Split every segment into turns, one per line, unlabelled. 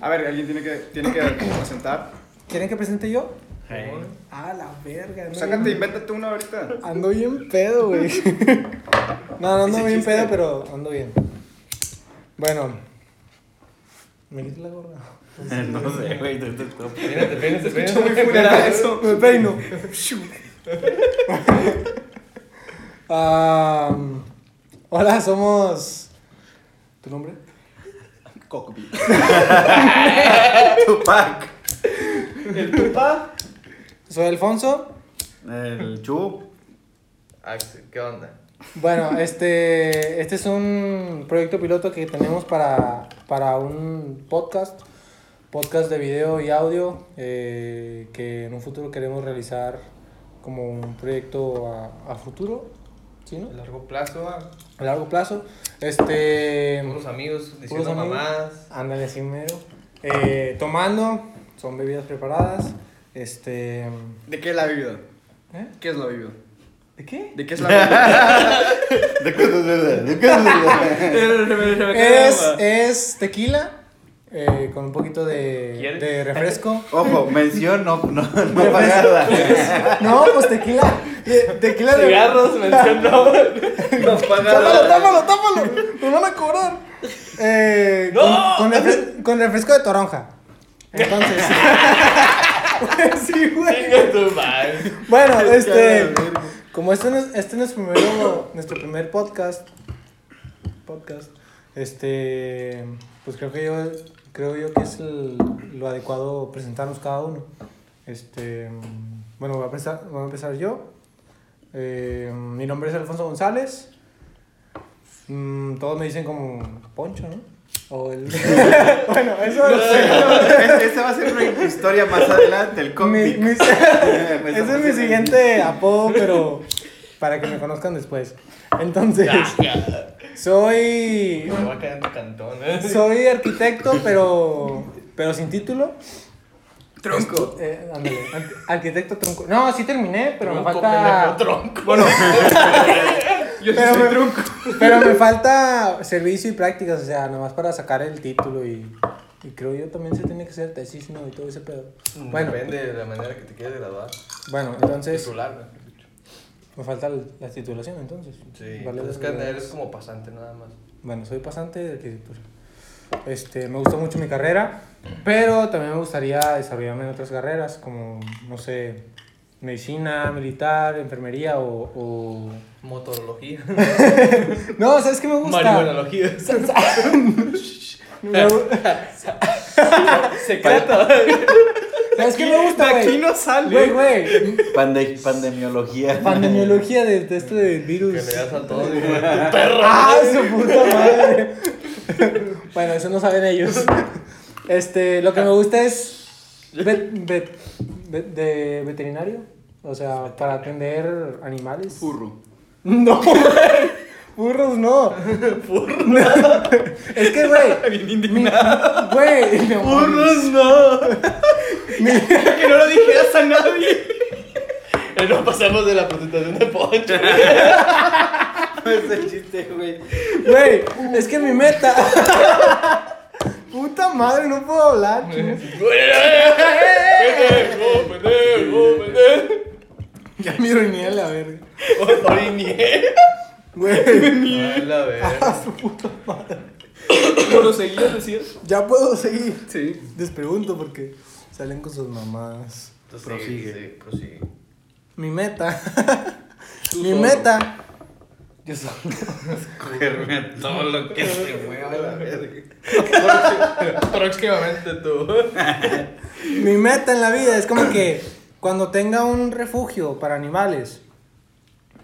A ver, alguien tiene que, tiene que presentar.
¿Quieren que presente yo?
Hey.
Ah, la verga. ando
Sácate,
bien-
invéntate una ahorita.
Ando bien pedo, güey. no, no ando
Ese
bien
chiste.
pedo, pero ando bien. Bueno. Me quité la gorra.
No sé, güey. te- te- te-
Espérate, espérate,
Escucho muy
espérate.
funeral eso.
Me peino. Ah, hola, somos. ¿Tu nombre?
Cockpit.
Tupac.
El Tupa. Soy Alfonso.
El Chu.
Axel, Ah, ¿qué onda?
Bueno, este, este es un proyecto piloto que tenemos para, para un podcast, podcast de video y audio, eh, que en un futuro queremos realizar como un proyecto a, a futuro, ¿sí, no?
A largo plazo, ah,
A largo plazo. Este,
unos amigos diciendo
amigos.
mamadas.
Ándale, así mero. Eh, tomando, son bebidas preparadas, este...
¿De qué es la bebida?
¿eh?
¿Qué es la bebida?
¿De qué?
¿De qué es la bebida?
¿De qué se trata? ¿De qué se trata?
Es, es tequila eh, con un poquito de,
¿Quieres?
de refresco.
Ojo, mención no, no, no
Refresco.
pagada.
No, pues tequila. eh, Tequila de.
mencionó. Nos
Tápalo,
pagaron.
tápalo, tápalo. Nos van a cobrar. Eh,
¡No!
Con, con refres- con refresco de toronja. Entonces. Pues sí, güey.
Venga tu madre.
Bueno,
la
este.
verga.
Como este no es, este no es primero, nuestro primer podcast. Podcast. Este. Pues creo que yo. Creo yo que es el- lo adecuado presentarnos cada uno. Este. Bueno, voy a empezar, voy a empezar yo. Eh, mi nombre es Alfonso González. Mm, todos me dicen como Poncho, ¿no? O el. bueno, eso
No sé. Es-
Este
Esa va a ser una historia más adelante, el
mi-
cockpit.
mis- Ese es mi siguiente apodo, pero para que me conozcan después. Entonces,
Ya.
soy
Me va a caer en tu cantón, ¿eh?
soy arquitecto, pero pero sin título.
Tronco.
Eh, ándale, ar- arquitecto tronco. No, sí terminé, pero me
Tronco,
falta
pendejo, tronco.
Yo sí
Pero
soy
me-
tronco.
pero me falta servicio y prácticas, o sea, nomás para sacar el título y y creo yo también se tiene que hacer tesis ¿no? y todo ese pedo.
Mm,
Bueno,
Depende de la manera que te quieras graduar.
bueno, entonces
Titular, güey.
me falta la titulación entonces.
Sí,
Vale,
pues es que
vale.
eres como pasante nada más.
Bueno, soy pasante de arquitectura. Este, me gusta mucho mi carrera, pero también me gustaría desarrollarme en otras carreras, como, no sé, medicina, militar, enfermería o... o-
Motorología.
No, ¿sabes qué me gusta?
Marihuanología.
Me gu-
Secreto.
¿Sabes qué me gusta,
De aquí
güey?
no sale.
Güey, güey,
Pande- pandemiología.
pandemiología de, de esto del
Que le
virus.
das a todos.
¡Ah, su puta madre! bueno, eso no saben ellos. Este, lo que me gusta es vet- vet- vet- de veterinario. O sea, para atender animales.
Furro.
No, güey. Burros no. es que, güey.
Bien
mi-
indignado.
Güey. no mames.
no! que no lo dijeras a nadie.
güey. Eh, No pasamos de la presentación de Poncho.
Es el chiste, güey.
Güey, es que mi meta. puta madre, no puedo hablar. chingada.
Pendejo, pendejo, pendejo.
Ya me ironía la verga.
Oriñé.
Güey.
A la verga.
a su puta madre.
¿No lo seguías, decías?
Ya puedo seguir.
Sí.
Les pregunto porque salen con sus mamás.
Entonces,
Prosigue.
Sí, sí, prosigue.
Mi meta.
Tú
mi
solo.
meta. Yo solo.
Cogerme a todo lo que se
A
mueva.
la verga. Próximamente tú.
Mi meta en la vida es como que cuando tenga un refugio para animales,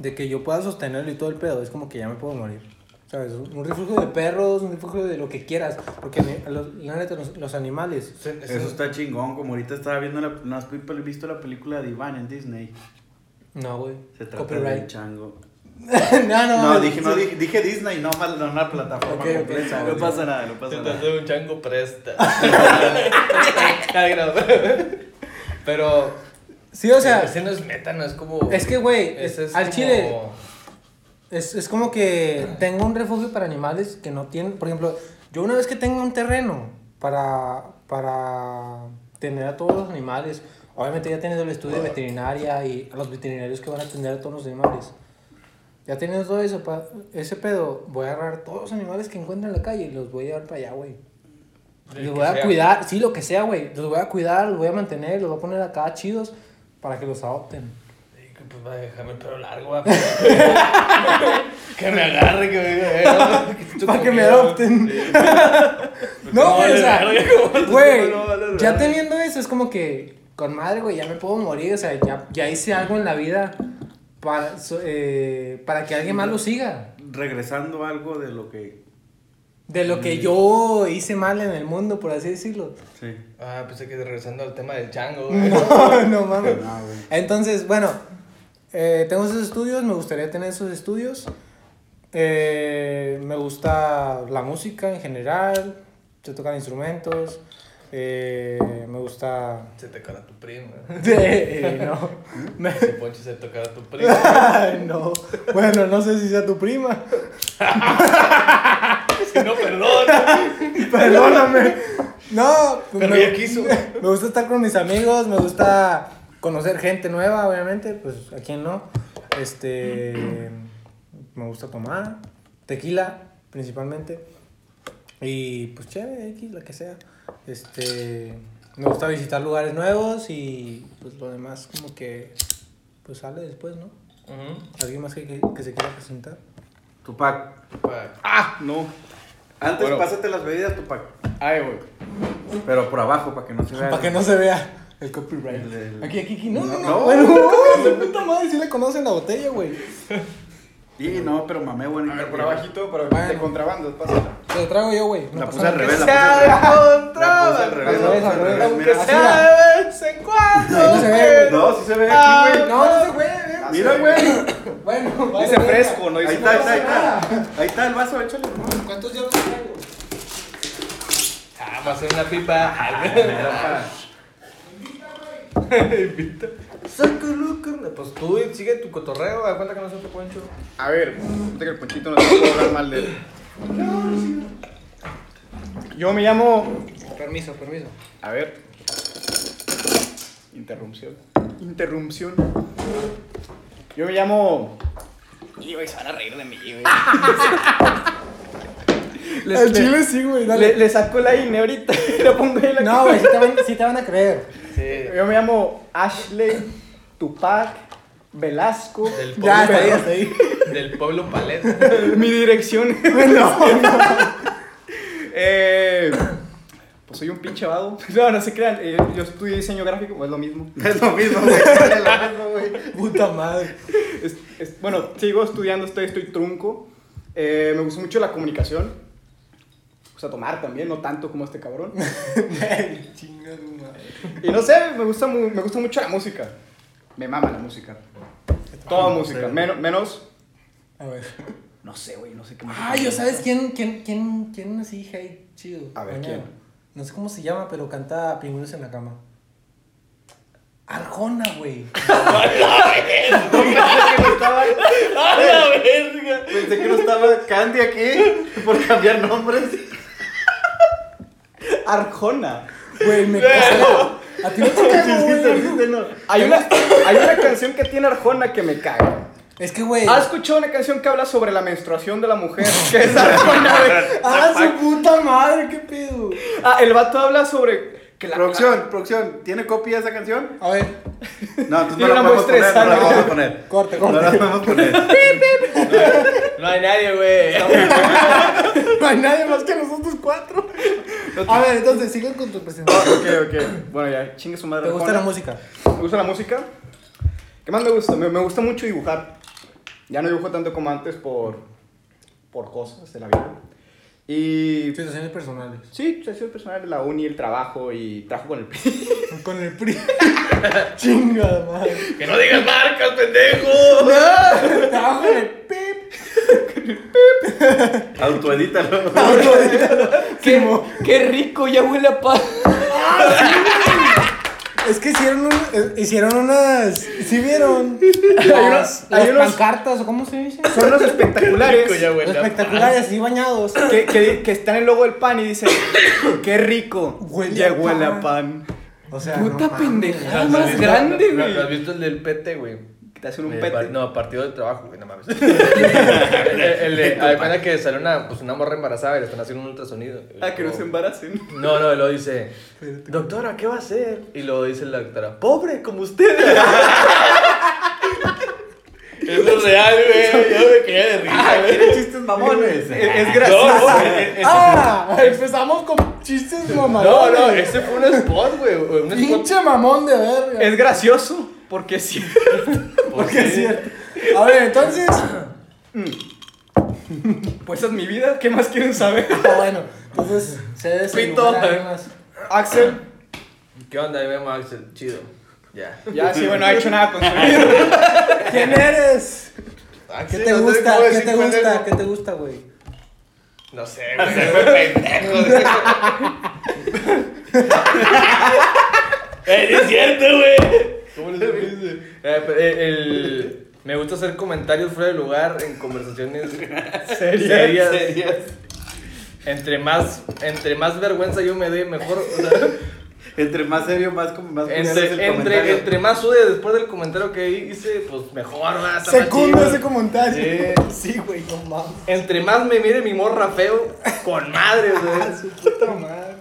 de que yo pueda sostenerlo y todo el pedo, es como que ya me puedo morir. ¿Sabes? Un refugio de perros, un refugio de lo que quieras. Porque ni- los, la neta, los, los animales.
Eso está chingón, como ahorita estaba viendo la, no has visto la película de Iván en Disney.
No, güey.
Se trata del
Copyright.
chango.
no, no,
No,
no,
dije, no dije, dije Disney, no mal, no una plataforma
Ok, ok,
completa.
ok.
No pasa nada, no pasa nada.
Entonces un chango presta. Ah, grabó. Pero,
Sí, o
o sea,
sea,
ese no es meta, no es como.
es que, güey,
ese es
al
como-
chile. Es, es como que tengo un refugio para animales que no tienen. Por ejemplo, yo una vez que tenga un terreno para, para tener a todos los animales. Obviamente ya tienes el estudio de veterinaria y a los veterinarios que van a atender a todos los animales. Ya tienes todo eso, pa- ese pedo. Voy a agarrar todos los animales que encuentre en la calle y los voy a llevar para allá, güey.
El que
Los pues, voy a
sea.
cuidar, sí, lo que sea, güey. Los voy a cuidar, los voy a mantener, los voy a poner acá chidos para que los adopten.
Pues va a dejarme el pelo largo, va. que me agarre, que me diga.
Para que me adopten. no, güey, o sea,
Vale, verga, ¿cómo?
güey,
No, vale,
ya
verga.
teniendo eso, es como que, con madre, güey, ya me puedo morir, o sea, ya, ya hice algo en la vida para, so- eh, para que alguien más lo siga.
Regresando algo de lo que.
De lo
Mm.
que yo hice mal en el mundo, por así decirlo.
Sí.
Ah, pensé que regresando al tema del chango, güey.
No, no mames.
No, güey.
Entonces, bueno, eh, tengo esos estudios, me gustaría tener esos estudios. Eh, me gusta la música en general, yo tocar instrumentos, eh, me gusta...
Se te cara tu primo.
Eh, no,
¿Mm?
me-
Si Poncho se tocara tu primo.
no. Bueno, no sé si sea tu prima,
Si no, perdón.
perdóname. No, pues
Pero
me-
ya quiso.
Me gusta estar con mis amigos, me gusta conocer gente nueva, obviamente, pues a quién no. Este. Me gusta tomar tequila, principalmente. Y pues chévere, X, la que sea. Este. Me gusta visitar lugares nuevos y pues lo demás, como que. Pues sale después, ¿no?
Ujú.
¿Alguien más que, que, que se quiera presentar?
Tupac.
Pa-
¡Ah! No. Antes
Bueno.
pásate las bebidas, Tupac.
Ay, güey.
Pero por abajo, para que no se vea.
Para que no se vea el copyright.
El- el-
Aquí, aquí, aquí. No, no, no.
No.
Bueno, ¿cómo es de puta madre? Si le conocen la botella, güey.
Sí, no, pero mamé, güey.
A ver, por abajito, pero
Bueno.
de contrabando, pásala.
Te lo traigo yo, güey. No
La
pasa
puse al
nada.
revés, la puse
sea
al revés.
contra-
La puse al revés, la puse al
Al revés, al
revés.
revés.
mira.
Aunque
Sea de vez en cuando.
Ahí no se ve, güey.
No, sí se ve aquí, güey.
No, no se ve,
Mira, güey.
güey. Bueno, vale,
Dice
verga.
fresco, no
Ahí
dice
está, ahí está, ahí
nada.
está. Ahí está el vaso, échale.
¿Cuántos ya los traigo?
Ah, va a ser una pipa. Invita. Saca loco. Pues tú y sigue tu cotorreo. Da cuenta que no soy tu Poncho.
A ver, fíjate que el ponchito no se puede hablar mal de él. Yo me llamo.
Permiso, permiso.
A ver. Interrupción. Interrupción. Yo me llamo. Y güey, se van a reír de mí, güey. Les-
El
le-
chile sí, güey,
Le,
dale.
le saco la INE ahorita y la pongo ahí en la
No, güey, sí te, van, sí te van a creer.
Sí.
Yo me llamo Ashley Tupac Velasco.
Del
Ya,
pueblo,
está ahí, está ahí.
del pueblo paleta.
Mi dirección.
No, no.
Eh, pues soy un pinche vado. No, no se crean. eh, yo estudié diseño gráfico, pues es lo mismo.
Es lo mismo, güey. Es lo mismo, güey.
Puta madre.
Es- es- bueno, sigo estudiando, estoy, estoy trunco. Eh, me gusta mucho la comunicación. O sea, tomar también, no tanto como este cabrón.
Chinga tu madre.
Y no sé, me gusta, mu- me gusta mucho la música. Me mama la música. Toda música, menos, menos.
A ver.
No sé, güey, no sé qué música.
Ah,
me
yo
gusta.
sabes quién, quién, quién, quién así, hey, chido.
A ver,
Mañana.
¿quién?
No sé cómo se llama, pero canta Pingüinos en la cama. Arjona, güey.
Pensé que no estaba-
¡A la verga!
Pensé que no estaba Candy aquí por cambiar nombres.
Arjona.
Güey, me caga. A ti no te cago, güey.
Hay una, hay una canción que tiene Arjona que me caga.
Es que, güey.
¿Has escuchado una canción que habla sobre la menstruación de la mujer? Que es Arjona, güey.
¡Ah, su puta madre! ¡Qué pedo!
Ah, el vato habla sobre que la
Producción, producción, ¿tiene copia esa canción?
A ver,
No, entonces no
Tiene
la
una
podemos poner,
muestra
no la
de
podemos poner.
corte,
No la
corte.
podemos poner.
No hay nadie, güey.
No hay nadie más que nosotros cuatro. A ver, entonces, sigan con tu presentación.
Ok, ok. Bueno, ya, chingue su madre.
¿Te gusta
Arjona.
la música?
Me gusta la música. ¿Qué más me gusta? Me, me gusta mucho dibujar. Ya no dibujo tanto como antes por, por cosas de la vida. Y.
Situaciones personales.
Sí, soy el personal de la uni, el trabajo y trabajo con el PRI.
Con el PRI. Chingada madre.
Que no digas marcas, pendejo.
Trabajo con el PIP.
Autoedítalo.
¡Qué, qué rico! Ya huele a pan.
Es que hicieron, un- eh, hicieron unas. ¿Sí vieron?
unos-
Las,
hay
las
unos-
pancartas, ¿o cómo se dice?
Son los espectaculares
Rico, ya huele a
Espectaculares, así bañados.
que, que, que está en el logo del pan y dice, qué rico,
Huele
ya
a
huele a
pan".
pan.
O sea,
Puta
mames.
pendejada.
¿Has
más
visto-
grande,
no,
güey.
no, ¿Has visto el del PT, güey?
Te hacen un
Eh,
pete.
par- No, partido del trabajo, güey, no mames. el, el de- a ver, cuenta que salió una, pues, una morra embarazada y le están haciendo un ultrasonido.
Ah, que no se embaracen.
No, no, y luego dice, doctora, ¿qué va a hacer? Y luego dice la doctora, pobre, como ustedes.
Eso es real, güey. Yo me quedé de risa, güey.
Tiene chistes mamones. Es, es Ah, gracioso.
No, no, eh, eh,
¡Ah! Empezamos con chistes
No,
mamadores.
no, ese fue un spot, güey. Un spot.
Pinche mamón de verga.
Es gracioso porque sí.
Porque es cierto. A ver, entonces.
Pues esa es mi vida. ¿Qué más quieren saber?
ah, bueno, entonces se
Pito.
desenumera ahí más.
Axel.
¿Qué onda? Ahí vemos a Axel, chido. Ya.
Ya, sí, bueno, no ha hecho nada con su vida.
¿Quién eres? ¿Qué
Axel,
te
Ah, no sé
gusta?
cómo
¿Qué
decir
te
cuál es,
gusta?
¿no?
¿Qué te gusta, güey?
No sé, güey. Ah, Se fue pendejo. güey.
Eh, sí es cierto, güey.
¿Cómo le supiste? Eh, pero, eh, el... Me gusta hacer comentarios fuera de lugar en conversaciones serias. Entre más, entre más vergüenza yo me dé, mejor. o sea,
Entre más serio, más como más curioso es el
Este, entre, entre,
comentario.
entre más sude después del comentario que hice, pues mejor. ¿verdad? Está más
Segundo
chido.
ese comentario.
Sí.
Sí, güey, no mames.
Entre más me mire mi morra feo, con madre, güey.
Su puta madre.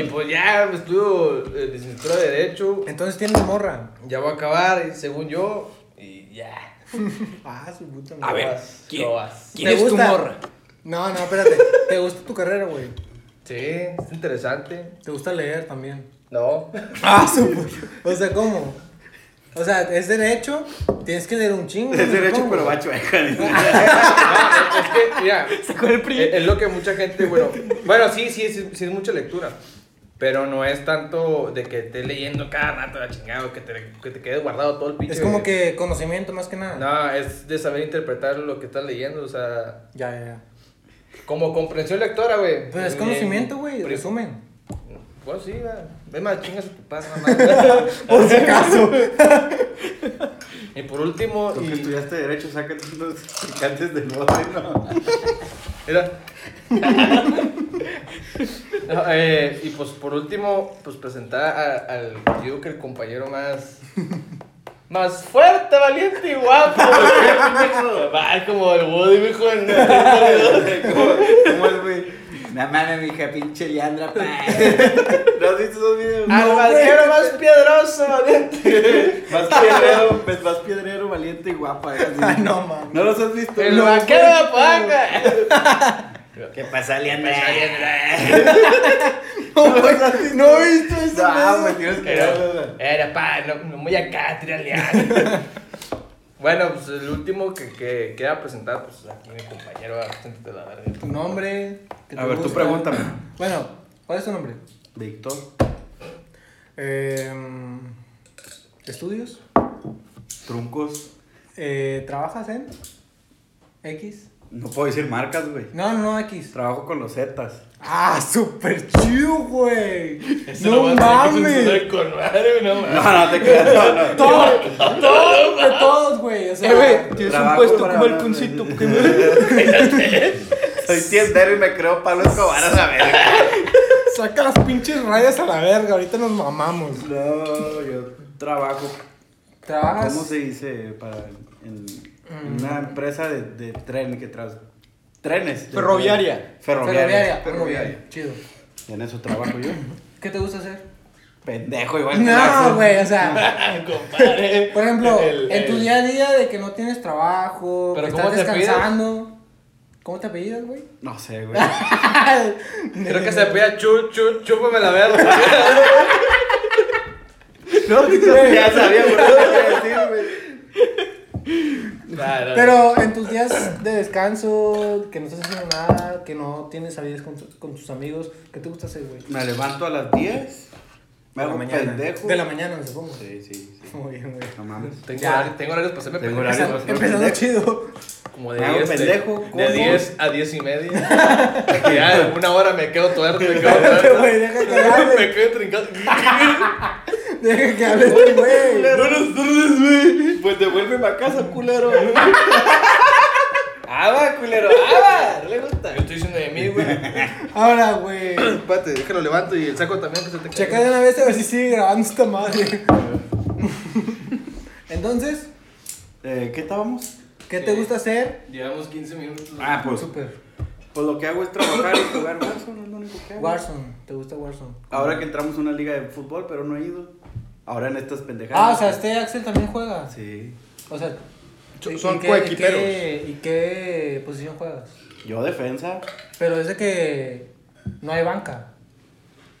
Y pues ya me estudio eh, licenciatura de Derecho.
Entonces tienes morra.
Ya voy a acabar, y según yo. Y ya.
Ah, su puta
A
madre.
ver, ¿quién,
¿Quién es tu morra? No, no, espérate. ¿Te gusta tu carrera, güey?
Sí, es interesante.
¿Te gusta leer también?
No.
Ah, su pu- O sea, ¿cómo? O sea, es derecho, tienes que leer un chingo.
Es derecho,
supongo.
pero va chueca.
No, es que, mira, es, es lo que mucha gente, bueno, bueno, sí, sí, sí, sí es mucha lectura, pero no es tanto de que estés leyendo cada rato la chingada, que te, que te quedes guardado todo el pinche.
Es como que conocimiento más que nada.
No, es de saber interpretar lo que estás leyendo, o sea,
Ya, ya, ya.
como comprensión lectora, güey.
Pero es
Eh,
conocimiento, güey,
pri-
resumen.
Pues sí, va. Ve más chingas a tu paz, mamá.
Por si acaso.
y por último,
Tú que
y,
estudiaste Derecho, sácate unos picantes de bote, ¿no?
Mira. No, eh, y pues por último, pues presentar a- al yo creo que el compañero más. Más fuerte, valiente y guapo. güey. Va, como el Woody, mijo. en-
¿Cómo, cómo es, güey? No mames, mija, pinche Leandra, pa. ¿No has visto esos videos?
Al vaquero más piedroso, valiente.
Más piedrero, pues, más piedrero, valiente y guapa. ¿eh?
Ah, no, mames.
¿No los has visto?
El
No.
vaquero de Apodaca.
¿Qué pasa, Leandra?
No, güey, no he visto eso.
Ah, güey, tienes que verlo, güey.
Eh,
Pero, era pa, no, no muy acá, tírale algo. Bueno, pues el último que, que queda presentar, pues aquí mi compañero, preséntate la verga.
Tu nombre. ¿qué te
A ver, tú
gusta?
pregúntame.
Bueno, ¿cuál es tu nombre?
Víctor.
Eh, ¿Estudios?
Truncos.
Eh, ¿Trabajas en? ¿X?
No puedo decir marcas, güey.
No, no, X.
Trabajo con los Zetas.
Ah, súper chido, güey.
Ese
No
lo voy a tener que
mames.
censurar con madre, no mames.
No, no te creas, no, no.
Todos, todos, Ah, de todos, güey. O sea,
Tienes un
Trabajo
puesto
para
como el
hablar de-
puncito. ¿qué me-
Soy tiendero y me creo Pablo Escobar a la verga.
saca las pinches rayas a la verga. Ahorita nos mamamos.
No, yo trabajo.
¿Trabajas?
¿Cómo se dice? Para, en, en una
Mm.
empresa de, de tren que tras. Trenes. de-
Ferroviaria.
Ferroviaria.
Ferroviaria. muy bien, Chido.
En eso trabajo yo.
¿Qué te gusta hacer?
Pendejo, igual. que
No,
Axel.
güey, o sea,
Compadre.
por ejemplo,
El-
en tu
el-
día a día de que no tienes trabajo,
¿Pero
que
cómo
estás
te apellidas?
descansando. ¿Cómo te apellidas, güey?
No sé, güey.
Creo que se pilla chu, chu, chúpame la verga.
no, ya sabía, güey. lo que iba a decir, güey.
Claro.
Pero en tus días de descanso, que no estás haciendo nada, que no tienes salidas con, tu- con tus amigos, ¿qué te gusta hacer, güey?
Me levanto a las 10. Me
De la
hago
mañana.
pendejo.
De la mañana, supongo.
Sí, sí, sí.
Muy bien, güey.
No mames.
Tengo,
Ya.
horarios- tengo horarios para hacerme
Tengo
pendejo.
horarios.
Empezando, empezando chido.
Como de
Me hago
10, de-
pendejo,
de,
como.
10 a 10 y media. Que ya en una hora me quedo tuerto. me quedo
Espérate,
tuerto.
güey, deja que hable,
me quedé trincado.
Deja que hable este güey.
Buenas tardes, güey.
Pues devuélveme a casa, culero.
Aba, culero, aba. No le gusta.
Yo estoy diciendo de mí, güey.
Ahora, güey.
Espérate, déjalo levanto y el saco también que se te caiga.
Checa de una vez a ver si sigue grabando esta madre. Entonces,
Eh, ¿Qué estábamos?
¿qué te gusta hacer?
Llevamos 15 minutos.
Ah, pues.
Super.
Pues lo que hago es trabajar y jugar Warzone, es lo único que hago.
Warzone. ¿Te gusta Warzone?
Ahora que entramos a una liga de fútbol, pero no he ido. Ahora en estas pendejadas.
Ah, o sea, este Axel también juega.
Sí.
O sea,
Son-
¿y
son
qué-
coequiperos.
¿y qué, ¿Y qué posición juegas?
Yo defensa.
Pero es de que no hay banca.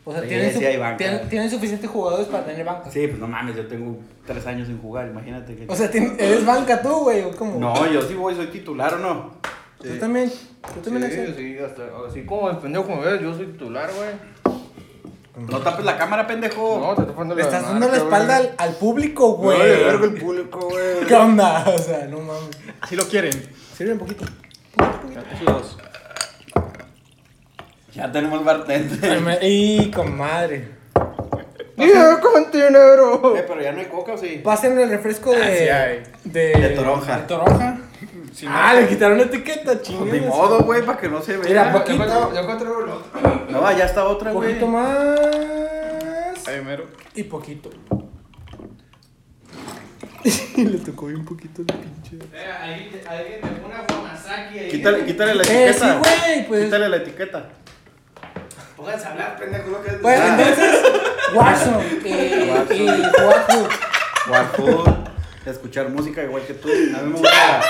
O sea,
Sí,
tienen,
sí
su-
hay banca.
tienen- tienen suficientes jugadores para tener banca.
Sí, pues no mames, yo tengo tres años sin jugar, imagínate que.
O sea, tien- eres banca tú, güey, o cómo?
no, yo sí voy, soy titular o no.
Tú también. Tú también
Sí,
Axel?
sí, hasta, así como el pendejo como ves, yo soy titular, güey.
No tapes la cámara, pendejo.
No, te está poniendo
Le
la
estás
marca,
dando la
güey.
espalda al, al público,
No, de verga
güey.
el público, güey.
¿Qué onda? O sea, no mames.
Así lo quieren.
Sirve un poquito.
Ya tenemos bartender.
Ay, me- Y comadre.
¡Ya, contenero!
Eh, pero ya no hay coca, ¿o sí?
Pasen el refresco de.
Ah, sí hay.
de,
De toronja.
de toronja.
Sí,
ah, le quitaron la etiqueta,
Pues ni
chingados.
modo, güey, para que no se vea.
Mira,
Yo
poquito.
encuentro, yo encuentro el otro.
No, ya está otra, güey.
poquito más.
Ay, mero.
Y poquito. le tocó bien poquito el pinche.
Alguien te- alguien te pone a Wamasaki ahí.
Quítale, quítale la
Eh, sí,
etiqueta.
güey, pues.
Quítale la etiqueta.
Pónganse a hablar, pendejo, lo que es.
Bueno,
Ah.
pues, entonces, Warzone eh,
Warzone.
y Wahoo.
Jugar fútbol, escuchar música igual que tú. A mí me gusta,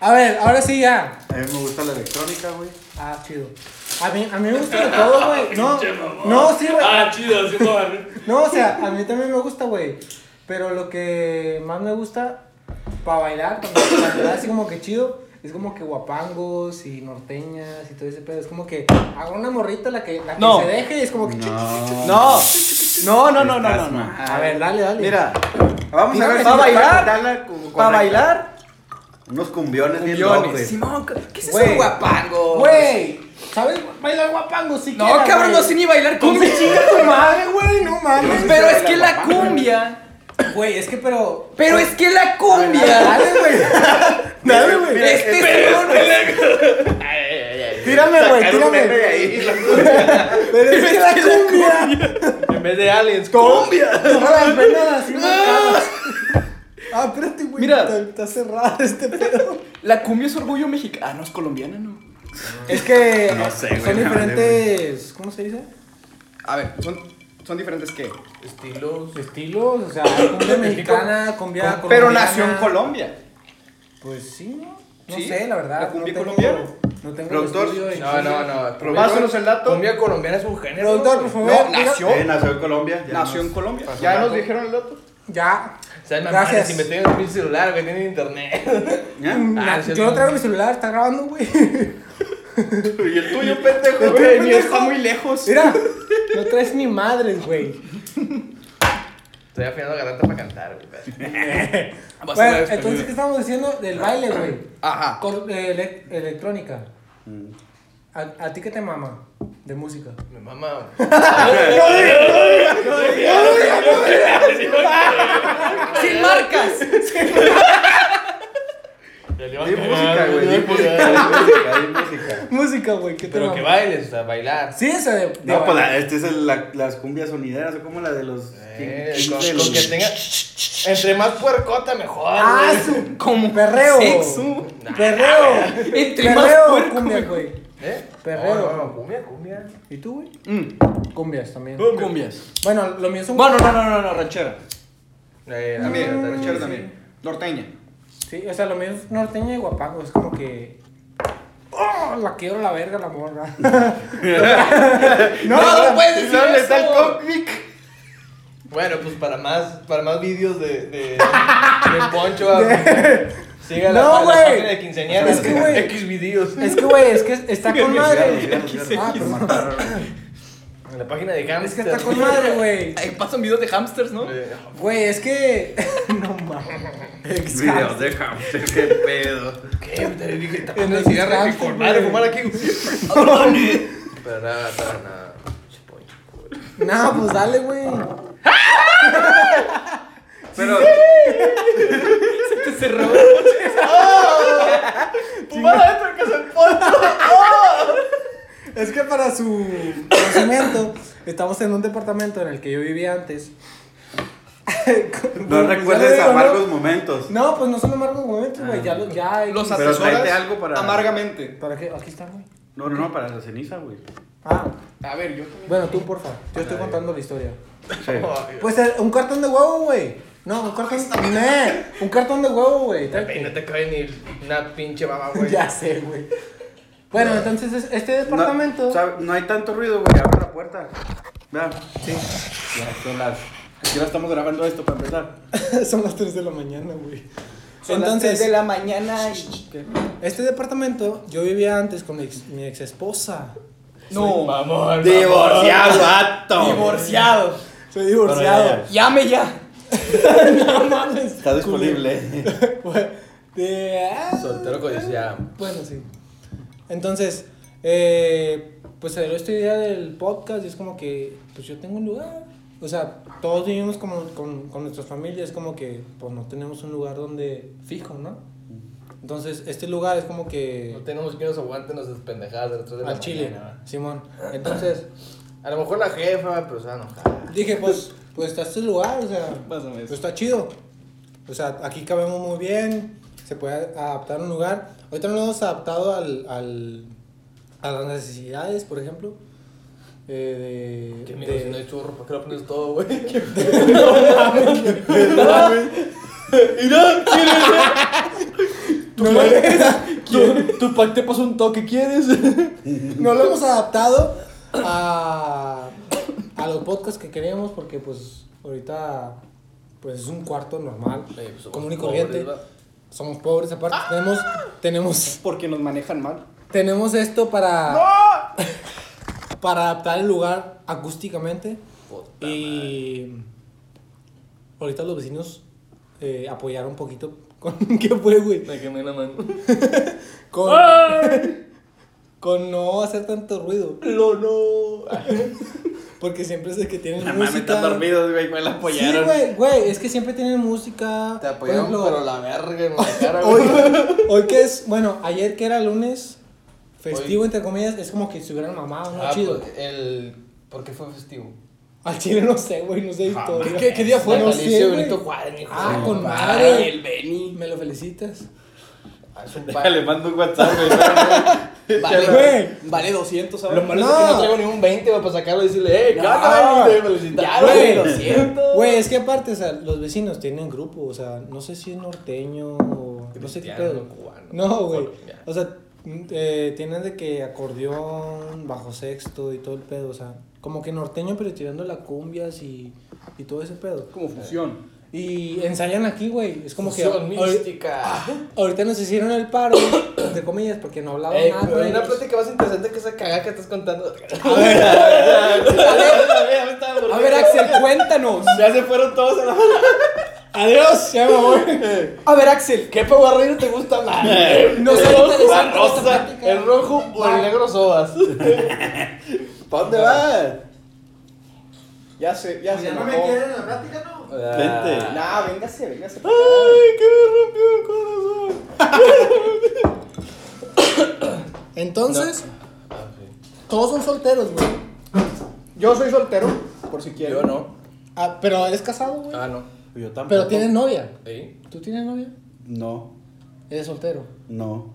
A ver, ahora sí ya.
a mí me gusta la electrónica, güey.
Ah, chido. A mí, a mí me gusta de todo, güey. No, no, sí, güey.
Ah, chido, así joder.
No, o sea, a mí también me gusta, güey. Pero lo que más me gusta para bailar, cuando cuando está así como que chido, es como que guapangos y norteñas y todo ese pedo. Es como que hago una morrita la que, la que
No.
se deje y es como que.
No, no, no, no, no, no. no.
A ver, dale, dale.
Mira,
Vamos a
Dígame,
ver
¿va a
me
bailar?
capta la cu- correcta.
para bailar,
Unos cumbiones bien
Cumbiones.
locos, güey.
Simón, ¿qué es
Güey.
eso, guapango?
Güey, ¿sabes bailar guapangos si
No, cabrón, no sé ni bailar cumbia.
chinga tu madre, güey, no mames.
Pero es que la cumbia.
Güey, es que pero.
Pero es que la cumbia.
Dale, güey. Dale, güey.
Este señor.
Tírame, güey,
Sacar un meme de
tírame.
ahí.
Pero es que la cumbia.
En vez de aliens,
Todas las venas así marcadas. Ah, espérate, güey.
Mira.
Está, está cerrado este pedo.
La cumbia es orgullo mexicano. Ah, no, es colombiana, ¿no?
Es que
No sé, güey,
son
no sé,
diferentes. ¿Cómo se dice?
a ver, son, son diferentes qué.
Estilos.
Estilos, o sea, hay cumbia mexicana, cumbia colombiana.
Pero nació en Colombia.
Pues sí, ¿no? No
Sí,
sé, la verdad.
la cumbia
no tengo-
colombiana.
No tengo
Productor,
el estudio en-
No, no, no.
Pero pásanos el dato.
Cumbia colombiana es un género.
Productor,
güey.
por favor.
No,
diga-
nació,
Eh, nació en Colombia. ya
nació
nos-
en Colombia.
pasó
Ya
un
nos
dato.
dijeron el dato.
Ya.
¿Sabes, mamá?
Gracias.
Si me tengo mi celular, güey, tiene internet.
¿Eh?
Mm, Na-
Ah, sí,
yo no
sí.
traigo mi celular, está grabando, güey.
Y el tuyo, pendejo.
Güey,
Güey,
ni
ni está muy lejos.
Mira, no traes ni madres, güey.
Estoy afinando garganta para cantar, güey. espérate.
Vas a
Bueno,
ver,
entonces, ¿qué estamos diciendo del baile, güey?
Ajá.
Cor- eh, ele- electrónica. ¿A, a ti qué te mama de música?
Me mama.
Sin marcas.
Hay
Hay música, güey. Hay música, hay música, hay música.
Música, güey, ¿qué te
Pero
mama?
que bailes, o sea, bailar.
Sí, esa de, de
No, pues
bailar.
la, este es el- la- las cumbias sonideras, o como la de los.
Eh,
del-
con, con que tenga. Entre más puercota, mejor.
Ah,
güey.
su como perreo.
Sexo.
Perreo.
Entre más
perreo,
puerco,
cumbia,
mejor.
güey.
¿Eh?
Perreo.
No, no, no, cumbia, cumbia.
¿Y tú, güey?
Mm.
Cumbias también.
Cumbias.
Bueno, lo mío es un
Bueno, no, no, no, no, ranchera.
Eh,
También,
también,
ranchero
Mm.
también.
también. Norteña.
Sí, o sea, lo mío es norteña y guapango, es como que. ¡Oh! La quiebro la verga, la morra.
No, no puedes decir
¿Dónde
eso.
está el cómic?
Bueno, pues para más, para más vídeos de, de, de Poncho, a- siga la,
No,
pa- la
güey.
página de quinceañera.
Es que, güey.
X videos.
Es que, güey, es que está con madre.
Cigarros, cigarros,
Ah,
cigarros.
perdón.
La página de Hamster.
Es que está con madre, güey.
Ahí pasan videos de hamsters, ¿no?
Eh,
Güey, es que. no mames.
Videos de hamster, qué pedo.
¿Qué? Te dije, está
En
poniendo
el
el cigarro. que
hamster,
con madre,
güey.
fumar aquí. Para nada, para nada. Pinche pollo, güey.
No, pues dale, güey.
Pero,
adentro que se pone.
Es que para su conocimiento, estamos en un departamento en el que yo vivía antes. Pues
no recuerdes
a
amargos momentos.
No, pues no son amargos momentos,
Ah,
güey. Ya, lo- ya.
Los
Pero
atesoras
tráete algo para-
amargamente.
¿Para qué? Aquí está, güey.
No, no, no, para la ceniza, güey.
Ah,
A ver, yo también.
bueno, tú, porfa. Yo estoy contando la historia.
Sí.
Pues eh, un cartón de huevo, güey. No, un cartón. Nel, un cartón de huevo, güey.
Güey, No te cae ni una pinche baba, güey.
Ya sé, güey. Bueno, entonces es- este departamento.
No, sabe- no hay tanto ruido, güey. Abre la puerta. Vea.
Sí.
Ya son las. Aquí no estamos grabando esto para empezar.
Son las 3 de la mañana, güey.
Son las
Entonces,
tres de la mañana y...
este departamento yo vivía antes con mi ex, mi ex esposa.
No.
Mamón.
Divorciado, vato.
Divorciado.
Soy
Pero
divorciado.
Llame ya.
no mames.
Está disponible.
Güey, de- ah,
Soltero codiciado.
Bueno, sí. Entonces, eh, pues salió esta idea del podcast y es como que, pues yo tengo un lugar. O sea, todos vivimos como, con, con nuestras familias, como que, pues no tenemos un lugar donde fijo, ¿no? Entonces, este lugar es como que...
No tenemos que nos aguanten las pendejadas de las tres de la
al chile,
mañana,
Simón. Entonces,
¿va? A lo mejor la jefa, pero se va a enojar.
dije, pues, pues está este lugar, o sea,
Pásame
pues
eso.
está chido. O sea, aquí cabemos muy bien, se puede adaptar un lugar. Ahorita no lo hemos adaptado al, al- a las necesidades, por ejemplo. eh, de,
Que
de-
mira, si no hay churro, ¿para qué lo pones todo, güey? ¿Qué
no, lo,
Tu pack te pasa un toque, ¿quieres?
no lo hemos adaptado a, a los podcasts que queremos porque pues ahorita pues es un cuarto normal,
Eh, pues, somos
común y
pobres,
corriente.
¿va?
somos pobres aparte, tenemos, tenemos
Porque nos manejan mal.
Tenemos esto para. para adaptar el lugar acústicamente.
Puta
y. Ahorita los vecinos eh, apoyaron un poquito. Con, ¿Qué fue, güey?
Me quemé la mano.
Con, con no hacer tanto ruido.
¡Lo no!
Porque siempre es el que tienen
La mami
música.
está dormido, güey. Me la
Sí,
apoyaron.
güey, güey, es que siempre tienen música.
Te
por
apoyaron,
ejemplo,
pero la verga en la cara,
Hoy,
güey.
hoy que es, bueno, ayer que era lunes, festivo
Hoy.
entre comillas, es como que estuvieran mamados, ¿no?
Ah,
Chido.
pues, el... ¿Por qué fue festivo?
Al chile no sé, güey, no sé
Ah,
historia.
¿Qué- qué día fue?
No
Natalicio
sé,
de
güey.
Benito Juárez, hijo
Ah,
de
con
madre.
madre.
El Benny.
Me lo felicitas.
Ah, Es un
Déjale,
padre.
mando un WhatsApp, güey.
Vale,
Güey.
Vale 200, ¿sabes?
Lo malo es que no traigo ni un 20 güey, para sacarlo y decirle, ¡eh, gana! Y te
Ya,
felicitar.
güey,
Güey.
lo siento.
Güey, es que aparte, o sea, los vecinos tienen grupo, o sea, no sé si es norteño o no sé qué
Cristiano,
pedo.
cubano,
No, güey.
colombiano.
O sea, mm, eh, tienen de que acordeón, bajo sexto y todo el pedo, o sea, como que norteño pero tirando la cumbias y, y todo ese pedo.
Como fusión.
Y ensayan aquí, güey. Es como
Fusión
que
mística.
ahorita nos hicieron el paro, entre comillas, porque no hablaban
Ey,
nada.
pero Eh, hay
güey.
una plática más interesante que esa cagada que estás contando.
A ver, Axel, cuéntanos.
Ya se fueron todos a la
Adiós, ya me voy.
A ver, Axel.
¿Qué pavo arreglado te gusta más?
No
¿El
sé,
rojo,
interesante
la
esta
rosa,
plática.
el rojo o el negro sobas?
¿Para dónde vas?
Ya sé, ya sé.
en la plática, ¿no?
Ah, Vente.
Nah, véngase, véngase.
que me rompió el corazón.
Entonces, todos son solteros, güey.
Yo soy soltero, por si quieren.
Yo no.
Ah, pero eres casado, güey.
Ah, no.
Yo tampoco.
pero tienes novia.
¿Sí?
¿Tú tienes novia?
No,
Eres soltero.
no,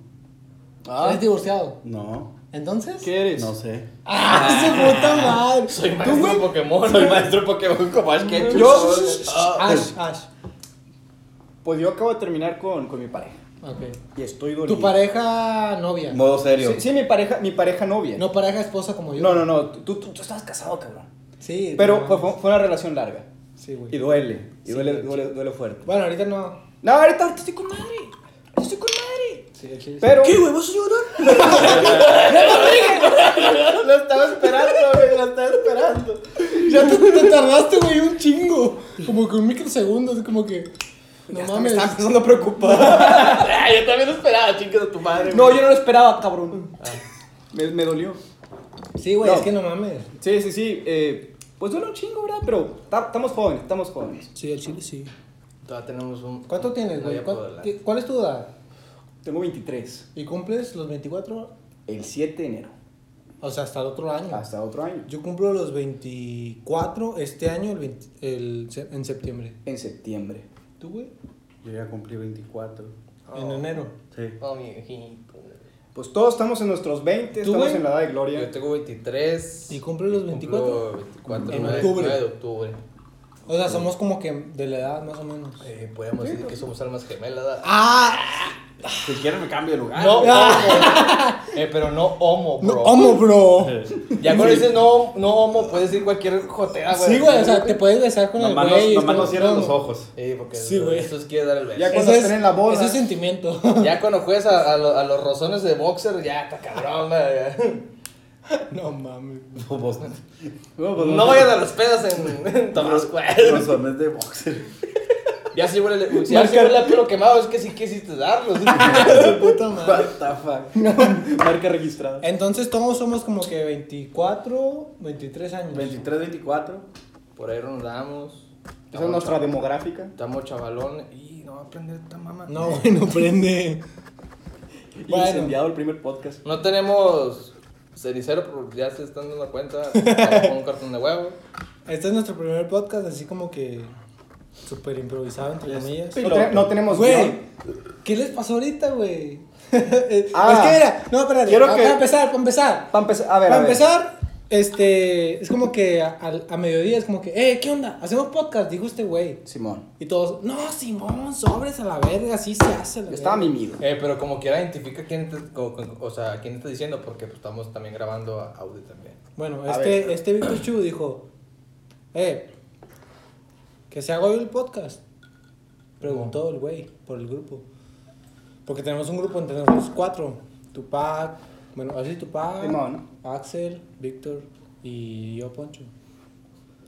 Eres divorciado.
no.
Entonces.
¿Qué eres?
No sé.
¡Ah, su puta madre!
Soy
¿Tú,
maestro
güey?
Pokémon.
Soy maestro Pokémon como Ash Ketchum.
Yo-
Ash, Ash.
Pues yo acabo de terminar con, con mi pareja.
Ok.
Y estoy dolido.
Tu pareja novia.
Modo serio.
Sí, sí, mi pareja, mi pareja novia.
No pareja esposa como yo.
no, no, no, Tú, tú, tú estabas casado, cabrón.
Sí.
Pero
no.
fue, fue- fue una relación larga.
Sí,
Y
güey.
duele. Y
Sí,
duele,
güey.
duele, duele fuerte.
Bueno, ahorita no.
No, ahorita ahorita estoy con madre. Estoy con madre.
Sí, el chile.
Pero.
¿Qué, güey? ¿Vas a llorar?
Lo estaba esperando, güey. Lo estaba esperando.
Ya te, te tardaste, güey, un chingo. Como que un microsegundo, así como que. No
Ya hasta Me
mames.
estaba empezando a preocupar.
Ah, yo también lo esperaba, chingas a tu madre.
No,
güey.
yo no lo esperaba, cabrón. Me, me dolió.
Sí, güey,
No.
es que no mames.
Sí, sí, sí. eh, pues duele un chingo, ¿verdad? Pero ta- estamos jóvenes, estamos jóvenes.
Sí, el chile sí.
Todavía tenemos un.
¿Cuánto tienes, güey?
Voy a
¿Cuál,
poderla-
qué- cuál es tu edad?
Tengo 23.
¿Y cumples los 24?
El 7 de enero.
O sea, hasta el otro año.
Hasta otro año.
Yo cumplo los 24 este año, el 20 el se- en septiembre.
En septiembre.
¿Tú, güey?
Yo ya cumplí 24.
En
Oh.
enero.
Sí.
Oh, mi viejito.
Pues todos estamos en nuestros 20,
¿Tú,
estamos
güey?
en la edad de
Yo
gloria.
tengo 23.
¿Y cumple los
Cumplo
24?
24
En
nueve-
octubre.
nueve de octubre.
O sea, somos como que de la edad más o menos.
Eh, podemos decir que somos almas gemelas. ¿verdad?
pues.
Ah,
¡Ah!
Si quieres me cambio de lugar.
No,
güey.
homo. Eh, pero no homo, bro.
No, ¡Homo, bro!
Ya cuando dices no, no homo, puedes decir cualquier jotera, güey.
Sí, güey, o sea, te puedes besar con el
Nomás no,
güey.
nomás no
como-
cierras
no.
los ojos.
Eh, porque
Sí, güey.
eso es quiere dar el beso.
Ya
Ya,
cuando
Eso
estén en la boda.
Eso es sentimiento.
cuando juegas a, a lo- a los rozones de boxer, ya, está cabrón, güey, ya.
no mames.
No, vos-
pues,
No vayan a las pedas en, en Tomascual.
Los sones de boxer.
Ya si huele, si ya sí huele a pelo quemado, es que sí quisiste darlos.
Puta madre.
What the fuck.
Marca registrada.
Entonces todos somos como que 24, 23 años.
23, 24.
Por ahí nos damos.
Esa es nuestra demográfica.
Estamos chavalón. Y no va a aprender esta mamá.
No, güey, no prende. Bueno.
Incendiado el primer podcast.
No tenemos cenicero, pero ya se están dando cuenta. Vamos con un cartón de huevo.
Este es nuestro primer podcast, así como que súper improvisado, entre comillas.
No, te- no tenemos
Güey,
guión.
¿qué les pasó ahorita, güey? Eh,
Ah.
es que mira, no, espérate.
Quiero
ah,
que-
Para empezar, para empezar.
Para empezar, a ver,
para
a ver.
empezar, este, es como que a, al- a mediodía es como que, eh, ¿qué onda? Hacemos podcast, dijo este güey.
Simón.
Y todos, no, Simón, sobres a la verga, así se hace. la
Yo estaba
verga".
mimido.
Eh, pero como quiera identifica quién te- co- co- o sea, quién está diciendo, porque pues, estamos también grabando a- audio también.
Bueno,
A ver.
este, este Víctor Chu dijo, eh, que se haga hoy el podcast. Preguntó el güey por el grupo. Porque tenemos un grupo entre nosotros cuatro. Tupac, bueno, así Tupac,
Simón.
Axel, Víctor y yo, Poncho.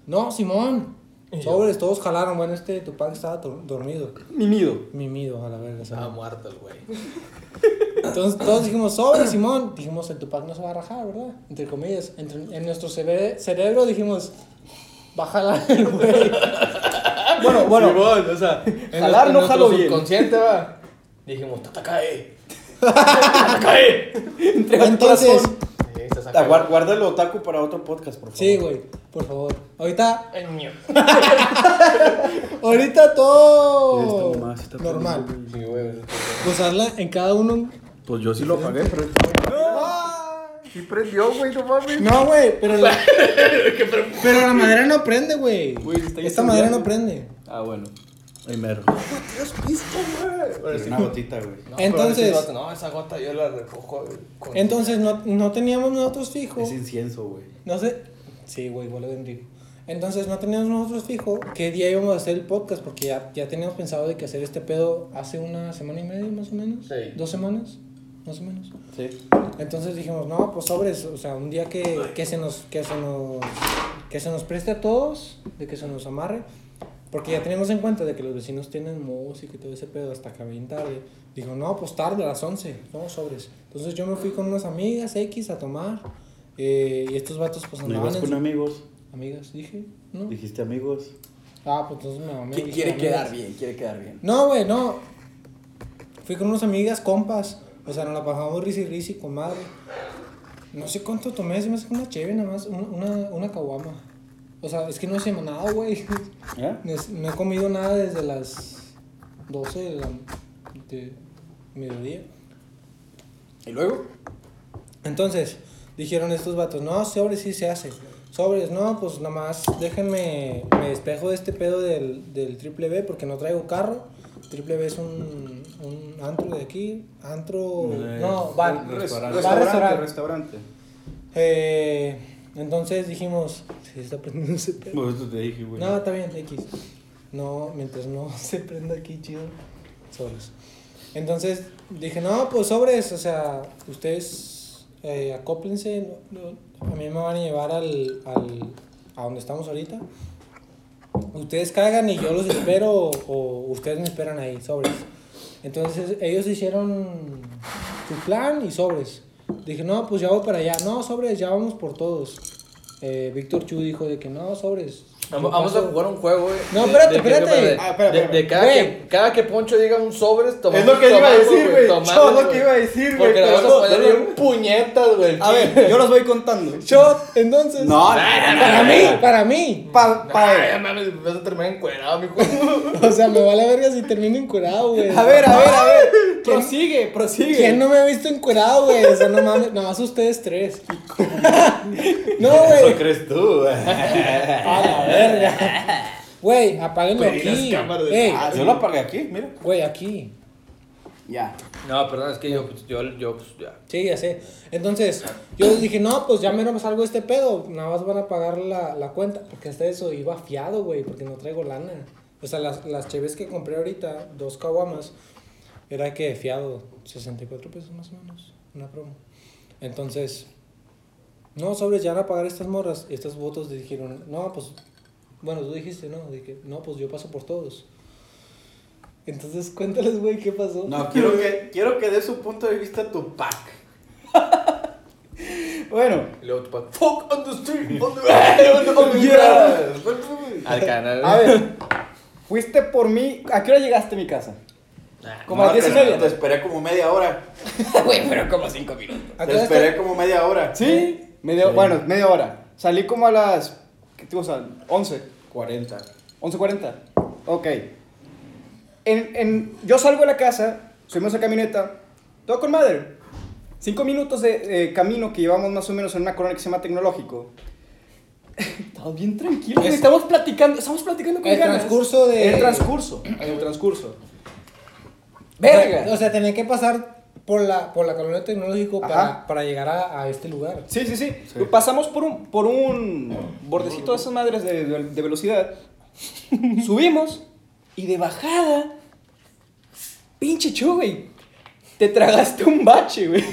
No, Simón. Sobres, todos jalaron. Bueno, este Tupac estaba dor- dormido.
Mimido.
Mimido, a la verga. o sea.
Estaba muerto el güey.
Entonces todos dijimos, sobre Simón. Dijimos, el Tupac no se va a rajar, ¿verdad? Entre comillas. Entre- en nuestro cere- cerebro dijimos, bájala el güey.
Bueno, bueno.
Simón, o sea, en nuestro-
Jalar
en
no
nuestro
jalo bien.
subconsciente va. Dijimos, tata cae. Tata cae.
Entre otras
Entonces,
cosas.
Sí, se saca
Ah, guar- Guarda el otaku para otro podcast, por favor.
sí, güey, por favor. Ahorita,
el mío.
ahorita todo
Está más, está
normal.
Sí, güey. pues,
Usarla en cada uno.
Pues yo sí lo pagué, pero.
Sí prendió, güey, no mames.
No, güey, pero la, pero la madera no prende, güey.
Güey, está
Esta madera no
incendiando.
prende.
Ah, bueno.
Ay, mero.
Oh,
Pero sí.
Una gotita, güey.
No,
Entonces-
pero sí, no, esa gota yo la recojo. con-
Entonces no, no teníamos nosotros fijos.
Es incienso, güey.
No sé. Sí, güey, vuelvo bendigo. Entonces no teníamos nosotros fijo qué día íbamos a hacer el podcast, porque ya, ya teníamos pensado de que hacer este pedo hace una semana y media más o menos.
Sí.
Dos semanas, más o menos.
Sí.
Entonces dijimos, no, pues sobres, o sea, un día que, que se nos, que se nos, que se nos preste a todos, de que se nos amarre. Porque ya tenemos en cuenta de que los vecinos tienen música y todo ese pedo hasta que bien tarde. Dijo, no, pues tarde, a las 11, no, sobres. Entonces yo me fui con unas amigas X a tomar. eh, y estos vatos pues
No
andaban
ibas
en
con
su-
amigos.
Amigas, dije, ¿no?
Dijiste amigos.
Ah, pues entonces me mamé.
Qui-
dije,
Quiere
amigas.
quedar bien, quiere quedar bien.
No, güey, no. Fui con unas amigas, compas. O sea, nos la pasamos risi risi con madre. No sé cuánto tomé, se me hace que una chévere nada más, una, una, una caguama. O sea, es que no he nada, güey.
¿Eh?
No, he- no he comido nada desde las 12 de, la, de mediodía.
¿Y luego?
Entonces, dijeron estos vatos, no, sobres sí se hace. Sobres, no, pues nada más déjenme, me despejo de este pedo del, del triple B porque no traigo carro. Triple B es un, un antro de aquí, antro...
Eh,
No, bar.
res-
Bar,
restaurante.
Restaurante,
restaurante.
restaurante.
Eh, entonces dijimos, sí, está prendiendo ese pedo.
Por eso te dije, güey.
No, está bien, X. No, mientras no se prenda aquí, chido. Sobres. Entonces dije, no, pues sobres, o sea, ustedes eh, acóplense. no- no, a mí me van a llevar al, al, a donde estamos ahorita. Ustedes caigan y yo los espero, o, o ustedes me esperan ahí, sobres. Entonces ellos hicieron su plan y sobres. Dije, no, pues ya voy para allá. No, sobres, ya vamos por todos. Eh, Víctor Chu dijo de que no, sobres.
Vamos, vamos a jugar un juego, güey.
No,
De-
espérate,
de que-
espérate.
Ah, espera,
de-
espera.
de cada,
Güey.
que, cada que Poncho diga un sobres, tomamos.
Es lo que iba a
tomamos,
decir, güey.
tomamos,
Yo lo
güey.
que iba a decir, güey.
Porque le
pero
vamos
no- Ah,
a poner bien puñetas, güey.
A ver, yo los voy contando.
Shot, entonces.
No,
Para mí, para mí.
Pa- pa-
Ay, ya mames, vas a terminar encuerado, mijo.
O sea, me vale verga si termino encuerado, güey.
A ver, a ver, a ver. Prosigue, prosigue.
¿Quién no me ha visto encuerado, güey? O sea, no mames, nada más ustedes tres. No, güey.
crees tú?
A la verga. Güey, apáguenlo
Güey, las
aquí.
cámaras de-
Ey,
Ah,
Yo lo apagué aquí, mira.
güey, aquí.
Ya.
No, perdón, es que yo, pues, yo, yo, pues, ya.
Sí, ya sé. Entonces, yo les dije, no, pues ya menos salgo de este pedo. Nada más van a pagar la, la cuenta. Porque hasta eso iba fiado, güey, porque no traigo lana. O sea, las, las cheves que compré ahorita, dos caguamas, era que fiado, 64 pesos más o menos, una promo. Entonces, no, sobres, ya van a pagar estas morras. Y estas votos dijeron, no, pues, bueno, tú dijiste, no, dije, no, pues yo paso por todos. Entonces, cuéntales, güey, qué pasó.
No, quiero que, quiero que dé su punto de vista tu pack.
Bueno,
Y luego tu papá, fuck on the street, on the, on the- on the
Yeah.
ground". Al canal.
a ver. Fuiste por mí. ¿A qué hora llegaste a mi casa? Como a
No,
las diez y
te-
media.
Te esperé como media hora.
Güey, pero como cinco minutos.
¿A qué
Te
hora
esperé como media hora.
Sí, media, bueno, media hora. Salí como a las. ¿Qué te gusta? 11.
40.
11.40. Ok. En, en, yo salgo de la casa, subimos a camioneta, todo con madre. Cinco minutos de eh, camino que llevamos más o menos en una colonia que se llama Tecnológico. Estamos bien tranquilos. güey,
Es-
estamos platicando, estamos platicando con
El
ganas.
transcurso de-
El transcurso. En el transcurso.
Verga. O
Verga.
sea, tenía que pasar por la, por la colonia tecnológico para,
Ajá.
para llegar a, a este lugar.
Sí, sí, sí, Pasamos por un, por un bordecito de esas madres de, de- de velocidad. Subimos y de bajada. Pinche chu, güey. Te tragaste un bache, güey.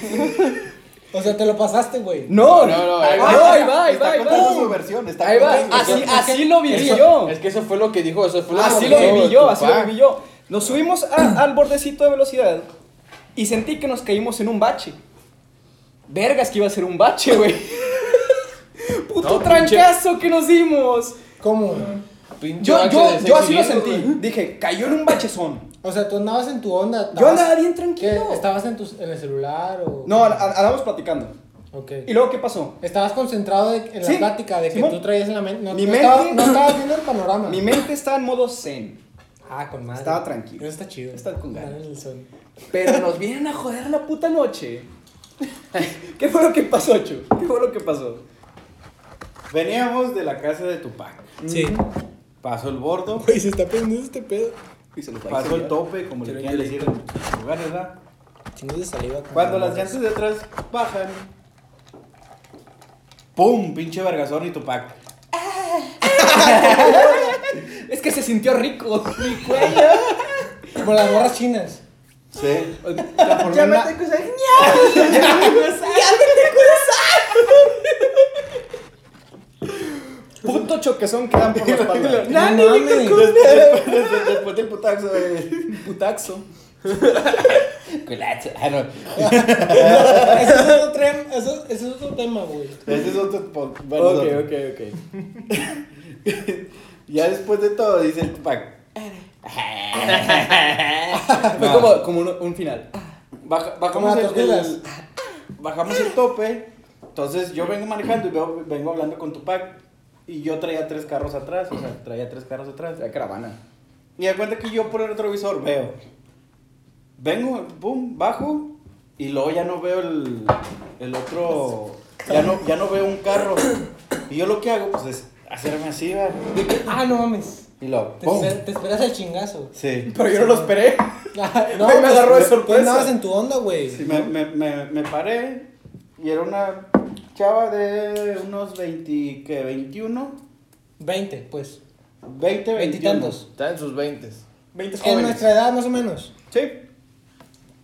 O sea, te lo pasaste, güey.
No,
No, no,
ahí
ahí
va,
va.
ahí va, ahí
Está
va. ahí
contando
va.
su versión, está
Ahí va,
contando su
así,
versión.
así lo viví
Eso-
yo.
Es que eso fue lo que dijo, eso fue lo
Así
que
Ah, lo
dijo
viví yo,
tu
así lo
papá.
viví yo. Nos subimos a- al bordecito de velocidad y sentí que nos caímos en un bache. Vergas que iba a ser un bache, güey. Puto
No, pinche-
trancazo que nos dimos.
¿Cómo?
Pinche
Yo,
bache
yo,
de
yo así lo
sexy,
sentí.
güey.
Dije, cayó en un bachezón.
O sea, tú andabas en tu onda.
Yo
estabas-
andaba bien
¿Qué?
tranquilo.
¿Estabas en, tus- en el celular o...?
No, a- a- andábamos platicando.
Ok.
¿Y luego qué pasó?
Estabas concentrado de- en la
Sí,
plática de que
Simón.
tú traías en la mente. No,
Mi
no
mente-
Estabas, no estabas viendo el panorama.
Mi mente estaba en modo zen.
Ah, con madre.
Estaba tranquilo.
Eso está chido.
Está con ganas.
Dale el son.
Pero nos vienen a joder la puta noche. ¿Qué fue lo que pasó, Chu? ¿Qué fue lo que pasó?
Veníamos de la casa de Tupac.
Mm.
Sí.
Pasó el bordo,
Güey, se está prendiendo este pedo.
Y se los bailes,
pasó el
ya.
tope, como le
Quiero
quieran decir en muchos lugares, ¿verdad?
Chingos de saliva. con
Cuando las
madre.
llantas de atrás bajan, ¡pum! Pinche vergazón y Tupac.
Es que se sintió rico. Mi cuello.
Como las gorras chinas.
Sí.
Transformé en una- Puto choquezón que dan por la espalda.
¡Nani, mames!
Después, después del putazo de...
Putaxo.
Culazo. Ah, no.
Ese es otro tem- eso- ese es otro tema, güey.
Ese es otro... po- Bueno,
Ok,
otro.
ok, ok.
Ya después Pues de todo, dice el Tupac.
Fue
No.
como, como un, un final.
Baja-
Como
bajamos
las
el,
tortugas.
el- bajamos el tope. Entonces yo vengo manejando y veo- vengo hablando con Tupac. Y yo traía tres carros atrás, o sea, traía tres carros atrás.
La caravana.
Y de cuenta que yo por el retrovisor veo. Vengo, pum, bajo. Y luego ya no veo el, el otro. Ya no, ya no veo un carro. Y yo lo que hago, pues es hacerme así, va.
Ah, no mames.
Y luego,
Te,
Oh.
pum.
esper- te esperas el chingazo.
Sí.
Pero yo no lo esperé.
Ah,
Güey, me
pues,
agarró de
tú
sorpresa.
Andabas en tu onda, güey.
Sí, me, me, me, me paré y era una chava de unos 20, ¿qué? 21,
20, pues.
20, 20
Veintitantos.
Está en sus veintes.
20
En
jóvenes.
nuestra edad, más o menos.
Sí.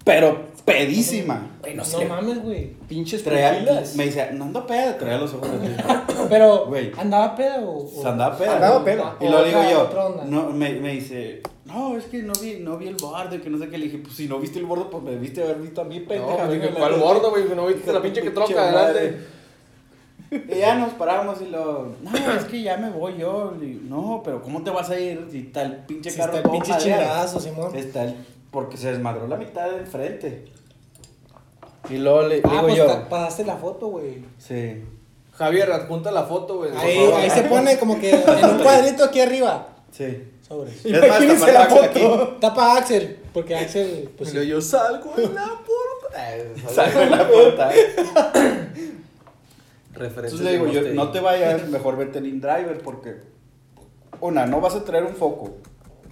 Pero pedísima.
Güey, no
No,
sé.
mames, güey.
Pinches
Traía,
pupilas.
me dice, no ando peda, traía los ojos así.
Pero,
Güey.
¿andaba peda o, o-
Se andaba peda.
Andaba peda.
Y lo digo
otra-
yo.
otra onda?
No, me, me dice, No, es que no vi, no vi el bordo, que no sé qué. Le dije, pues si no viste el bordo, pues me debiste haber visto a mí, pendeja.
No, pues
venga,
dije,
la
¿cuál
neta".
gordo, güey? No viste la pinche que troca adelante.
Y ya nos paramos y lo. No, es que ya me voy yo. Le digo, no, pero ¿cómo te vas a ir si está el pinche
Si
carro
está el
todo
pinche
madreado?"
chingadazo, Simón.
Está el. Porque se desmadró la mitad del frente. Y luego le digo
pues
yo.
ta- pasaste la foto, güey.
Sí.
Javier, adjunta la foto, güey. por
Ahí,
favor.
ahí se pone como que en un cuadrito aquí arriba.
Sí.
Sobre.
Imagínense la foto.
Tapa a Axel, porque Axel, pues.
Yo- Yo salgo en la puerta.
Salgo en la puerta.
Referencias.
Entonces le digo
de
yo,
Mustang.
no te vayas, mejor vete en InDriver porque. Una, no vas a traer un foco.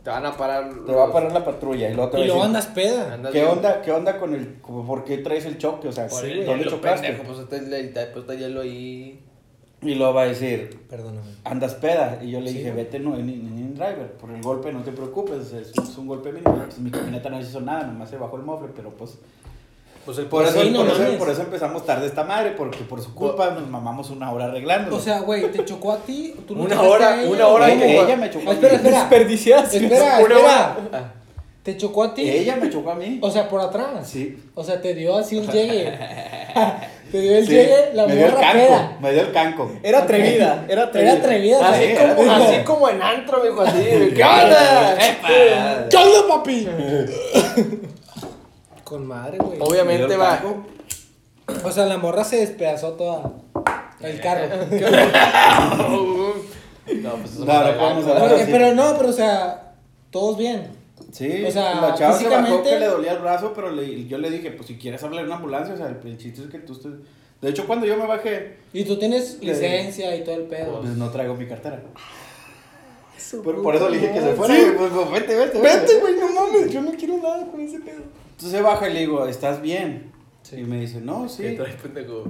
Te van a parar.
Te va a parar la patrulla y luego te va
Y
a
luego
decir,
andas peda.
Andas
¿Qué
bien.
onda, ¿Qué onda con el. como, ¿Por qué traes el choque? O sea,
Por el
¿dónde
hielo,
chocaste?
pendejo, Pues está el, está- pues, está el hielo ahí.
Y luego va a decir,
Perdóname.
andas peda. Y yo le
Sí.
dije, vete no, en, en- en driver. Por el golpe no te preocupes, es, es un golpe mínimo. Pues, mi camioneta no hizo nada, nomás se bajó el mofle, pero pues.
Pues el
Por,
pobre
eso,
sí, no
por, eso,
mames.
por eso empezamos tarde esta madre, porque por su culpa nos mamamos una hora arreglando.
O sea, güey, te chocó a ti. ¿Tú no
Una
chocaste
hora,
a ella?
una hora
Güey,
y
güey.
ella me chocó a
Espera,
mí.
espera.
Desperdiciaste.
Espera,
Una
espera.
hora.
¿Te chocó a ti?
ella me chocó a mí.
O sea, por atrás.
Sí.
O sea, te dio así un llegue. te dio el
Sí,
llegue, la
me dio el
morra
canco,
peda. Eh,
me dio el canco.
Era atrevida, era atrevida.
Era atrevida.
Ah,
¿sabes?
sí,
Como-
era
así
Así
atrevida.
como-
como en antro, mijo, así. ¿Qué onda? Eh,
¡Epa!
¿Qué onda, papi? Con madre, güey.
Me dio
Obviamente
el
va.
taco.
O sea, la morra se despedazó toda. El carro.
No, pues eso
No,
me
no
da
podemos
gato.
hablar.
Porque-
sí.
eh, pero no, pero o sea, todos bien.
Sí,
O sea,
la chava se bajó
físicamente-
que le dolía el brazo, pero le- yo le dije, pues si quieres hablar en una ambulancia, o sea, el, el chiste es que tú estés... De hecho, cuando yo me bajé,
Y tú tienes
Sí.
licencia y todo el pedo.
pues no traigo mi cartera. Por, por eso le dije que se fuera. Pues, pues, vete, vete,
Vete, güey, no mames, yo no quiero nada con ese pedo.
Entonces baja y le digo, ¿estás bien? Y me dice, no,
¿Qué
sí.
traes, pendejo?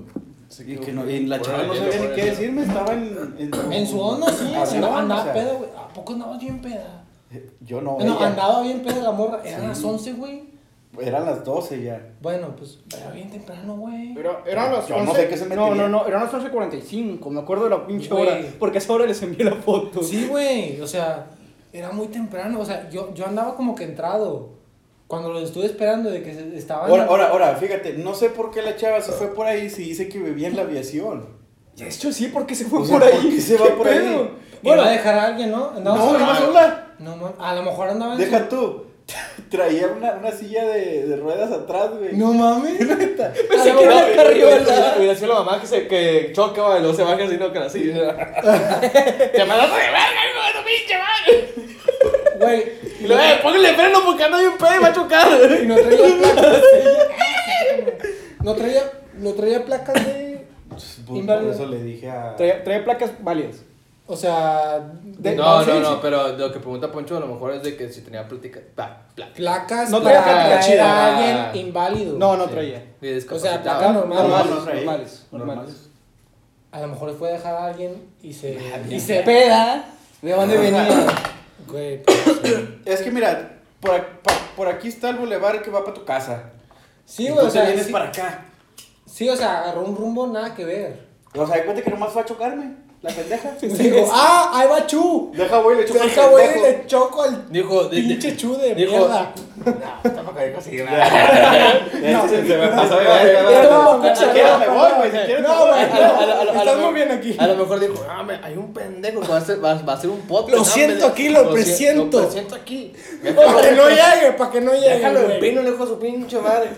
Y, que no, y la chava
Órale,
no
hielo,
sabía ni
órale.
qué decirme, estaba en... En,
En su onda, sí,
Así
andaba,
no,
andaba
o sea, eh,
pedo, güey. ¿A poco andabas bien peda?
Yo no,
No, no,
ella.
andaba bien peda la morra. Eran
Sí.
las 11, güey.
Eran las 12 ya.
Bueno, pues era bien temprano, güey.
Era, eran las
Yo no
11.
sé qué se
No,
metería.
no, no, eran las 11.45. Me acuerdo de la pinche
Güey.
hora. Porque a esa hora les envié la foto.
Sí, güey. O sea, era muy temprano. O sea, yo, yo andaba como que entrado. Cuando los estuve esperando de que se- estaban.
Ahora, ahora, ahora, fíjate, no sé por qué la chava se fue por ahí si dice que vivía en la aviación.
De hecho, sí, porque se fue
O sea,
por ahí.
¿por qué se va
¿Qué
por ahí?
pedo?
Bueno,
Bueno,
a dejar a alguien, ¿no? Andaba
No,
sola.
iba sola.
No, mam- a lo mejor andaba en
Deja tú. Traía una, una silla de, de ruedas atrás, güey.
su- No mames.
Pensé
Pensé
que era carriola.
Hubiera sido la mamá que, se, que choca, güey, luego se baja así, no, que así. Te mandas a verga, hijo de tu pinche madre.
Güey.
Y luego, eh, póngale freno porque anda bien pedo y va a chocar.
Y no traía placas. no traía, no traía placas de.
Pues, Por, por
Inválido.
eso le dije a.
traía, traía placas válidas.
O sea, de
No,
sí,
no,
sí.
no, pero lo que pregunta Poncho a lo mejor es de que si tenía plática. Pa, plática.
placas
No
para
traía placa
traer
chida.
a alguien inválido.
No, no traía.
Y
O sea,
discapacitado.
placa normal.
Normales,
Ah, no traía.
normales,
Normales.
normales.
A lo mejor fue a dejar a alguien y se.
Y se peda. ¿De dónde venía?
Güey, pues, sí.
Es que mira, por, ac- pa- por aquí está el bulevar que va para tu casa.
Sí,
Y
güey,
tú
o
te
sea.
vienes
sí,
para acá.
sí, o sea, agarró un rumbo nada que ver.
O sea, de cuenta que nomás fue a chocarme. La pendeja.
Digo, ah, ahí va Chu.
Deja, güey, le choco al
Deja, güey,
pendejo.
le choco al
Dijo, de- de-
pinche Chu de
dijo-
mierda.
Este se me pasó,
Ya,
güey,
ya,
güey,
ya,
güey.
no,
Si
ya,
quieres
ya,
me
ya,
voy, güey, si quieres me
No,
voy.
güey,
Estás
estás muy bien aquí.
A lo mejor dijo, ah, me- hay un pendejo que va a hacer, va, va a hacer un podcast.
Lo
ah,
siento
me-
aquí, lo
sien-
presiento.
Lo presiento aquí.
Para que no llegue, para que no llegue.
Déjalo
güey.
en pino lejos a su pinche madre.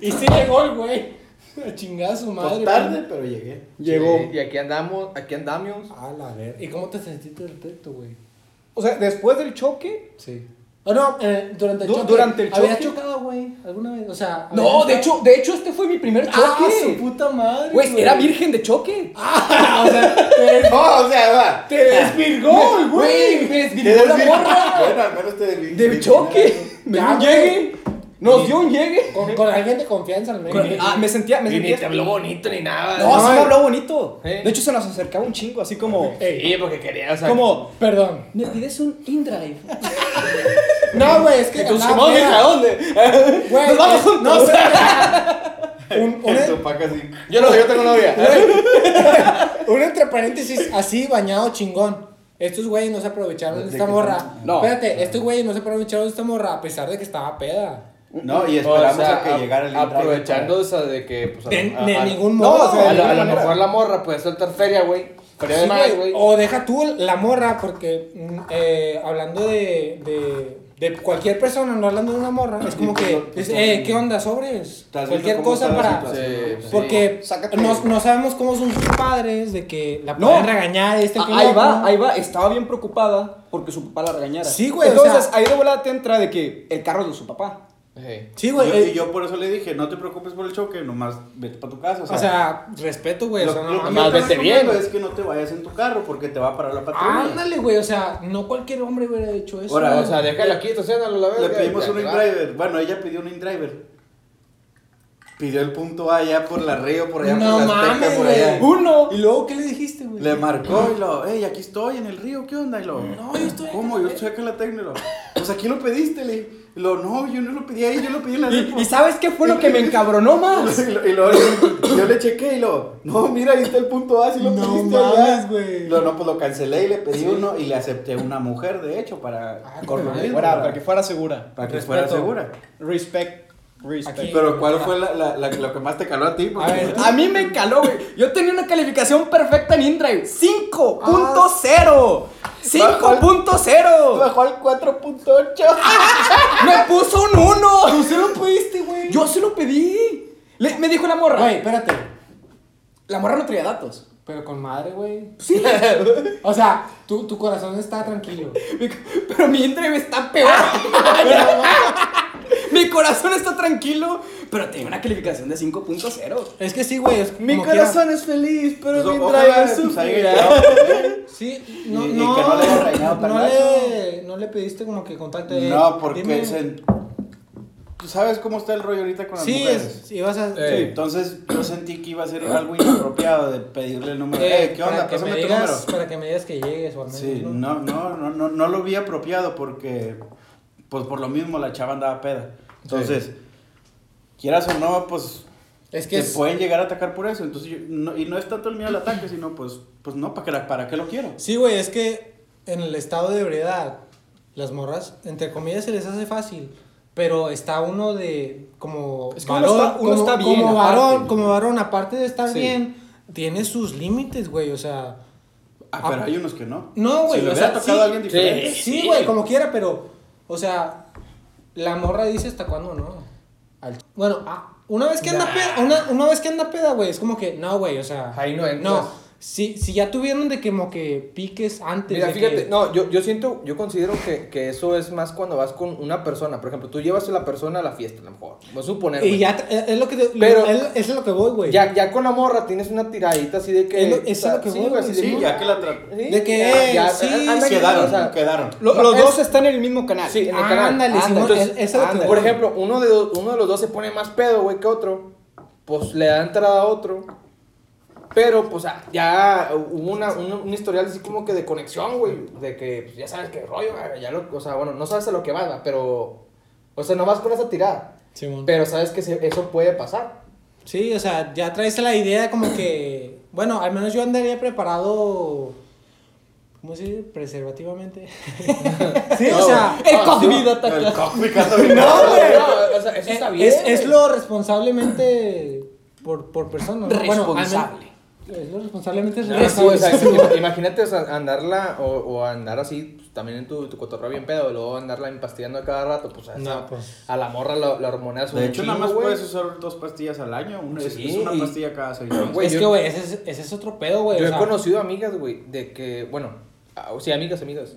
Y sí llegó el güey. A chingar a su madre.
Pues tarde, pero llegué.
Llegó.
Sí, Y aquí andamos, aquí andamos.
güey. A la ver. ¿Y cómo te sentiste del texto, güey?
O sea, después del choque.
Sí. Oh, no, eh, durante el
Du-
choque.
durante el
¿Habías
choque?
chocado, güey? ¿Alguna vez? O sea.
No,
¿habías
de
chocado?
hecho, de hecho, este fue mi primer choque.
¡Ah, su puta madre!
Güey, era virgen de choque.
Ah, o sea, te-
No, o sea, va.
Te desvirgó el güey. Me
Te
desvirgó la
desvi-
morra.
Bueno, al menos te desvi-
De choque. Me dio
Ya,
un
güey.
llegue. Nos dio un llegue.
con, con alguien de confianza al menos.
Ah, me sentía, me
Y ni te
sentía.
habló bonito ni nada.
No, sí
No,
me
eh.
habló bonito.
Eh.
De hecho, se nos acercaba un chingo, así como.
Ey,
Sí, porque quería, o sea.
Como.
perdón.
Me pides un indrive.
No, güey, es que.
¿Y tú,
andaba
Simón,
peda.
hija, dónde?
Güey,
Nos vamos
eh,
juntos.
No, espérate. un, un,
El Tupac así.
Yo no, yo tengo novia.
un entre paréntesis así bañado chingón. Estos güeyes no se aprovecharon de
Desde
esta
que
morra.
estamos- no.
Espérate, estos güeyes no se aprovecharon de esta morra a pesar de que estaba peda.
No, y esperamos
O sea,
a que
a-
llegara el
Aprovechando esa de que, pues, a-
De,
a-
de
a-
ningún
no,
modo.
o sea,
A,
güey.
lo- a lo
manera.
mejor la morra puede soltar feria, güey. Feria de
Sí,
más,
güey, Oh.
güey.
O deja tú la morra, porque mm, eh, hablando de, de, de cualquier persona, no hablando de una morra, es como que, es, eh, ¿qué onda, sobres? Cualquier cosa para...
situación? Sí.
Porque
Sácate.
no, no sabemos cómo son sus padres, de que la
No.
pueden regañar. Este
Ah,
que
ahí
no,
va,
¿no?
ahí va. Estaba bien preocupada porque su papá la regañara.
Sí, güey, o
Entonces,
sea-
ahí de volada te entra de que el carro es de su papá.
Sí.
Sí,
Yo,
güey. eh,
y yo por eso le dije, no te preocupes por el choque, nomás vete para tu casa. O sea,
o sea, respeto, güey. o
lo,
sea, no
lo que
mames.
yo
nomás
te
vete
recomiendo
bien.
Es que no te vayas en tu carro porque te va a parar la patrulla.
Ándale, güey. O sea, no cualquier hombre hubiera hecho eso.
Ahora,
güey.
O sea, déjala aquí, estacionalo la
Le
verga.
pedimos
Ya,
un
ya.
in-driver. Bueno, ella pidió un in-driver. Pidió el punto A allá por la Río, por allá
no
por la Azteca,
mames,
por
güey.
allá.
Uno. ¿Y luego qué le dijiste, güey?
Le marcó y lo, hey, aquí estoy en el río, ¿qué onda? Y lo, no, yo estoy ¿Cómo? Yo estoy acá en la técnica. Y lo, Pues aquí lo pediste, le. Y lo, no, yo no lo pedí ahí, yo lo pedí en la
¿Y,
Repo".
y sabes qué fue lo que me encabronó más?
Y lo- y luego yo- yo le chequé y lo, no, mira, ahí está el punto A, si lo
No
pediste allá.
mames, güey.
Lo, no, pues lo cancelé y le pedí uno y le acepté una mujer, de hecho, para
Ah,
con lo
caray.
mismo,
Fuera,
para-
para que fuera segura.
para que
Respeto.
fuera segura.
Respect. Respect.
Aquí.
Pero ¿cuál fue la, la- la- lo que más te caló a ti? Porque-
A ver,
A mí me caló, güey. Yo tenía una calificación perfecta en InDrive. 5.0. Ah. 5.0.
bajó al 4.8.
Me puso un 1.
Tú se lo pediste, güey.
Yo se lo pedí. Le- me dijo la morra.
Güey, espérate.
La morra no traía datos.
Pero con madre, güey. Sí. o sea, tu, tu corazón está tranquilo.
Pero mi InDrive está peor. Ah. mi corazón está tranquilo. Pero tenía una calificación de 5.0.
Es que sí, güey. es como
es feliz, pero
Pues, ojalá, pues, ahí quedó.
quiera. Sí, no,
Y- y que
no.
no le haya regañado tan
no
gacho.
le, no le pediste como que contacto. eh,
No, porque
dime.
se- tú sabes cómo está el rollo ahorita con las
Sí,
mujeres.
es, ibas a.
Eh,
Sí, entonces yo sentí que iba a ser algo inapropiado de pedirle el número. Eh, ¿Qué
Para
onda?
que, me
Pásame tu
digas,
número.
para que me digas que llegues o al menos.
Sí, no, no, no, no, no lo vi apropiado porque, pues por lo mismo la chava andaba peda. Entonces, quieras o no, pues
Es que
te
es,
pueden llegar a atacar por eso. Entonces, yo- no- y no es tanto el miedo al ataque, sino pues, pues no, ¿para qué, la- ¿para qué lo quiero?
Sí, güey, es que en el estado de ebriedad, las morras, entre comillas, se les hace fácil. Pero está uno de. Como.
Es que uno está- uno
como,
está bien,
Como
aparte.
varón, como varón, aparte de estar
Sí.
bien, tiene sus límites, güey, o sea.
Ah,
Ah,
pero hay unos que no.
No, güey,
Si
o
le hubiera
sea,
tocado
sí.
a alguien diferente.
Sí, güey, como quiera, pero. O sea, la morra dice hasta cuándo no. Al- Bueno, ah, una vez que anda peda, una, una vez que anda peda, güey, es como que, no, güey, o sea.
Ahí no entras.
No, si, si ya tuvieron de que como que piques antes.
Mira,
de
fíjate,
que-
no, yo, yo siento, yo considero que, que eso es más cuando vas con una persona. Por ejemplo, tú llevas a la persona a la fiesta, a lo mejor. Voy a suponer.
Y
güey.
ya, te- eh, es lo que te-
Pero-
es, es a lo que voy, güey.
ya, ya con la morra tienes una tiradita así de que.
Es lo- es a lo que
sí,
voy,
güey,
güey,
así de
Sí,
que-
ya que la tra-
sí,
De que,
ya- ya, ah,
sí,
anda que-
Quedaron,
o sea,
quedaron.
Lo- los
Es-
dos están en el mismo canal.
Sí, en el
Ah,
canal.
ándale, Simón, es- es a lo que voy.
ándale. Por ejemplo, uno de, los- uno de los dos se pone más pedo, güey, que otro. Pues le da entrada a otro. Pero, pues, ah, ya hubo una, un, un historial así como que de conexión, güey. De que pues, ya sabes qué rollo, güey, ya lo- o sea, bueno, no sabes a lo que vas, va, pero. O sea, no vas con esa tirada.
Simón.
Pero sabes que se- eso puede pasar.
Sí, o sea, ya traes la idea como que. Bueno, al menos yo andaría preparado. ¿Cómo se dice? Preservativamente. sí, o sea.
El COVID
El
ataca.
cock picando bien.
No, güey.
No, o sea, eso
eh,
está bien.
Es, es
güey.
lo responsablemente por, por persona. ¿no? Bueno, al menos-
Responsable.
es lo responsablemente
Ah, sí,
responsable.
o sea, im- imagínate o sea, andarla o, o andar así pues, también en tu, tu cotorreo bien pedo, y luego andarla empastillando a cada rato, pues a, esa-
No, pues.
a la morra la, la hormonea su
De hecho, nada
chingo,
más
güey.
puedes usar dos pastillas al año. Una, es-
Sí.
es, una pastilla cada seis meses.
güey,
es
yo-
que, güey, ese, es- ese es otro pedo, güey.
Yo
o
he
sea,
conocido amigas, güey, de que, bueno, ah, o sea, amigas, amigas,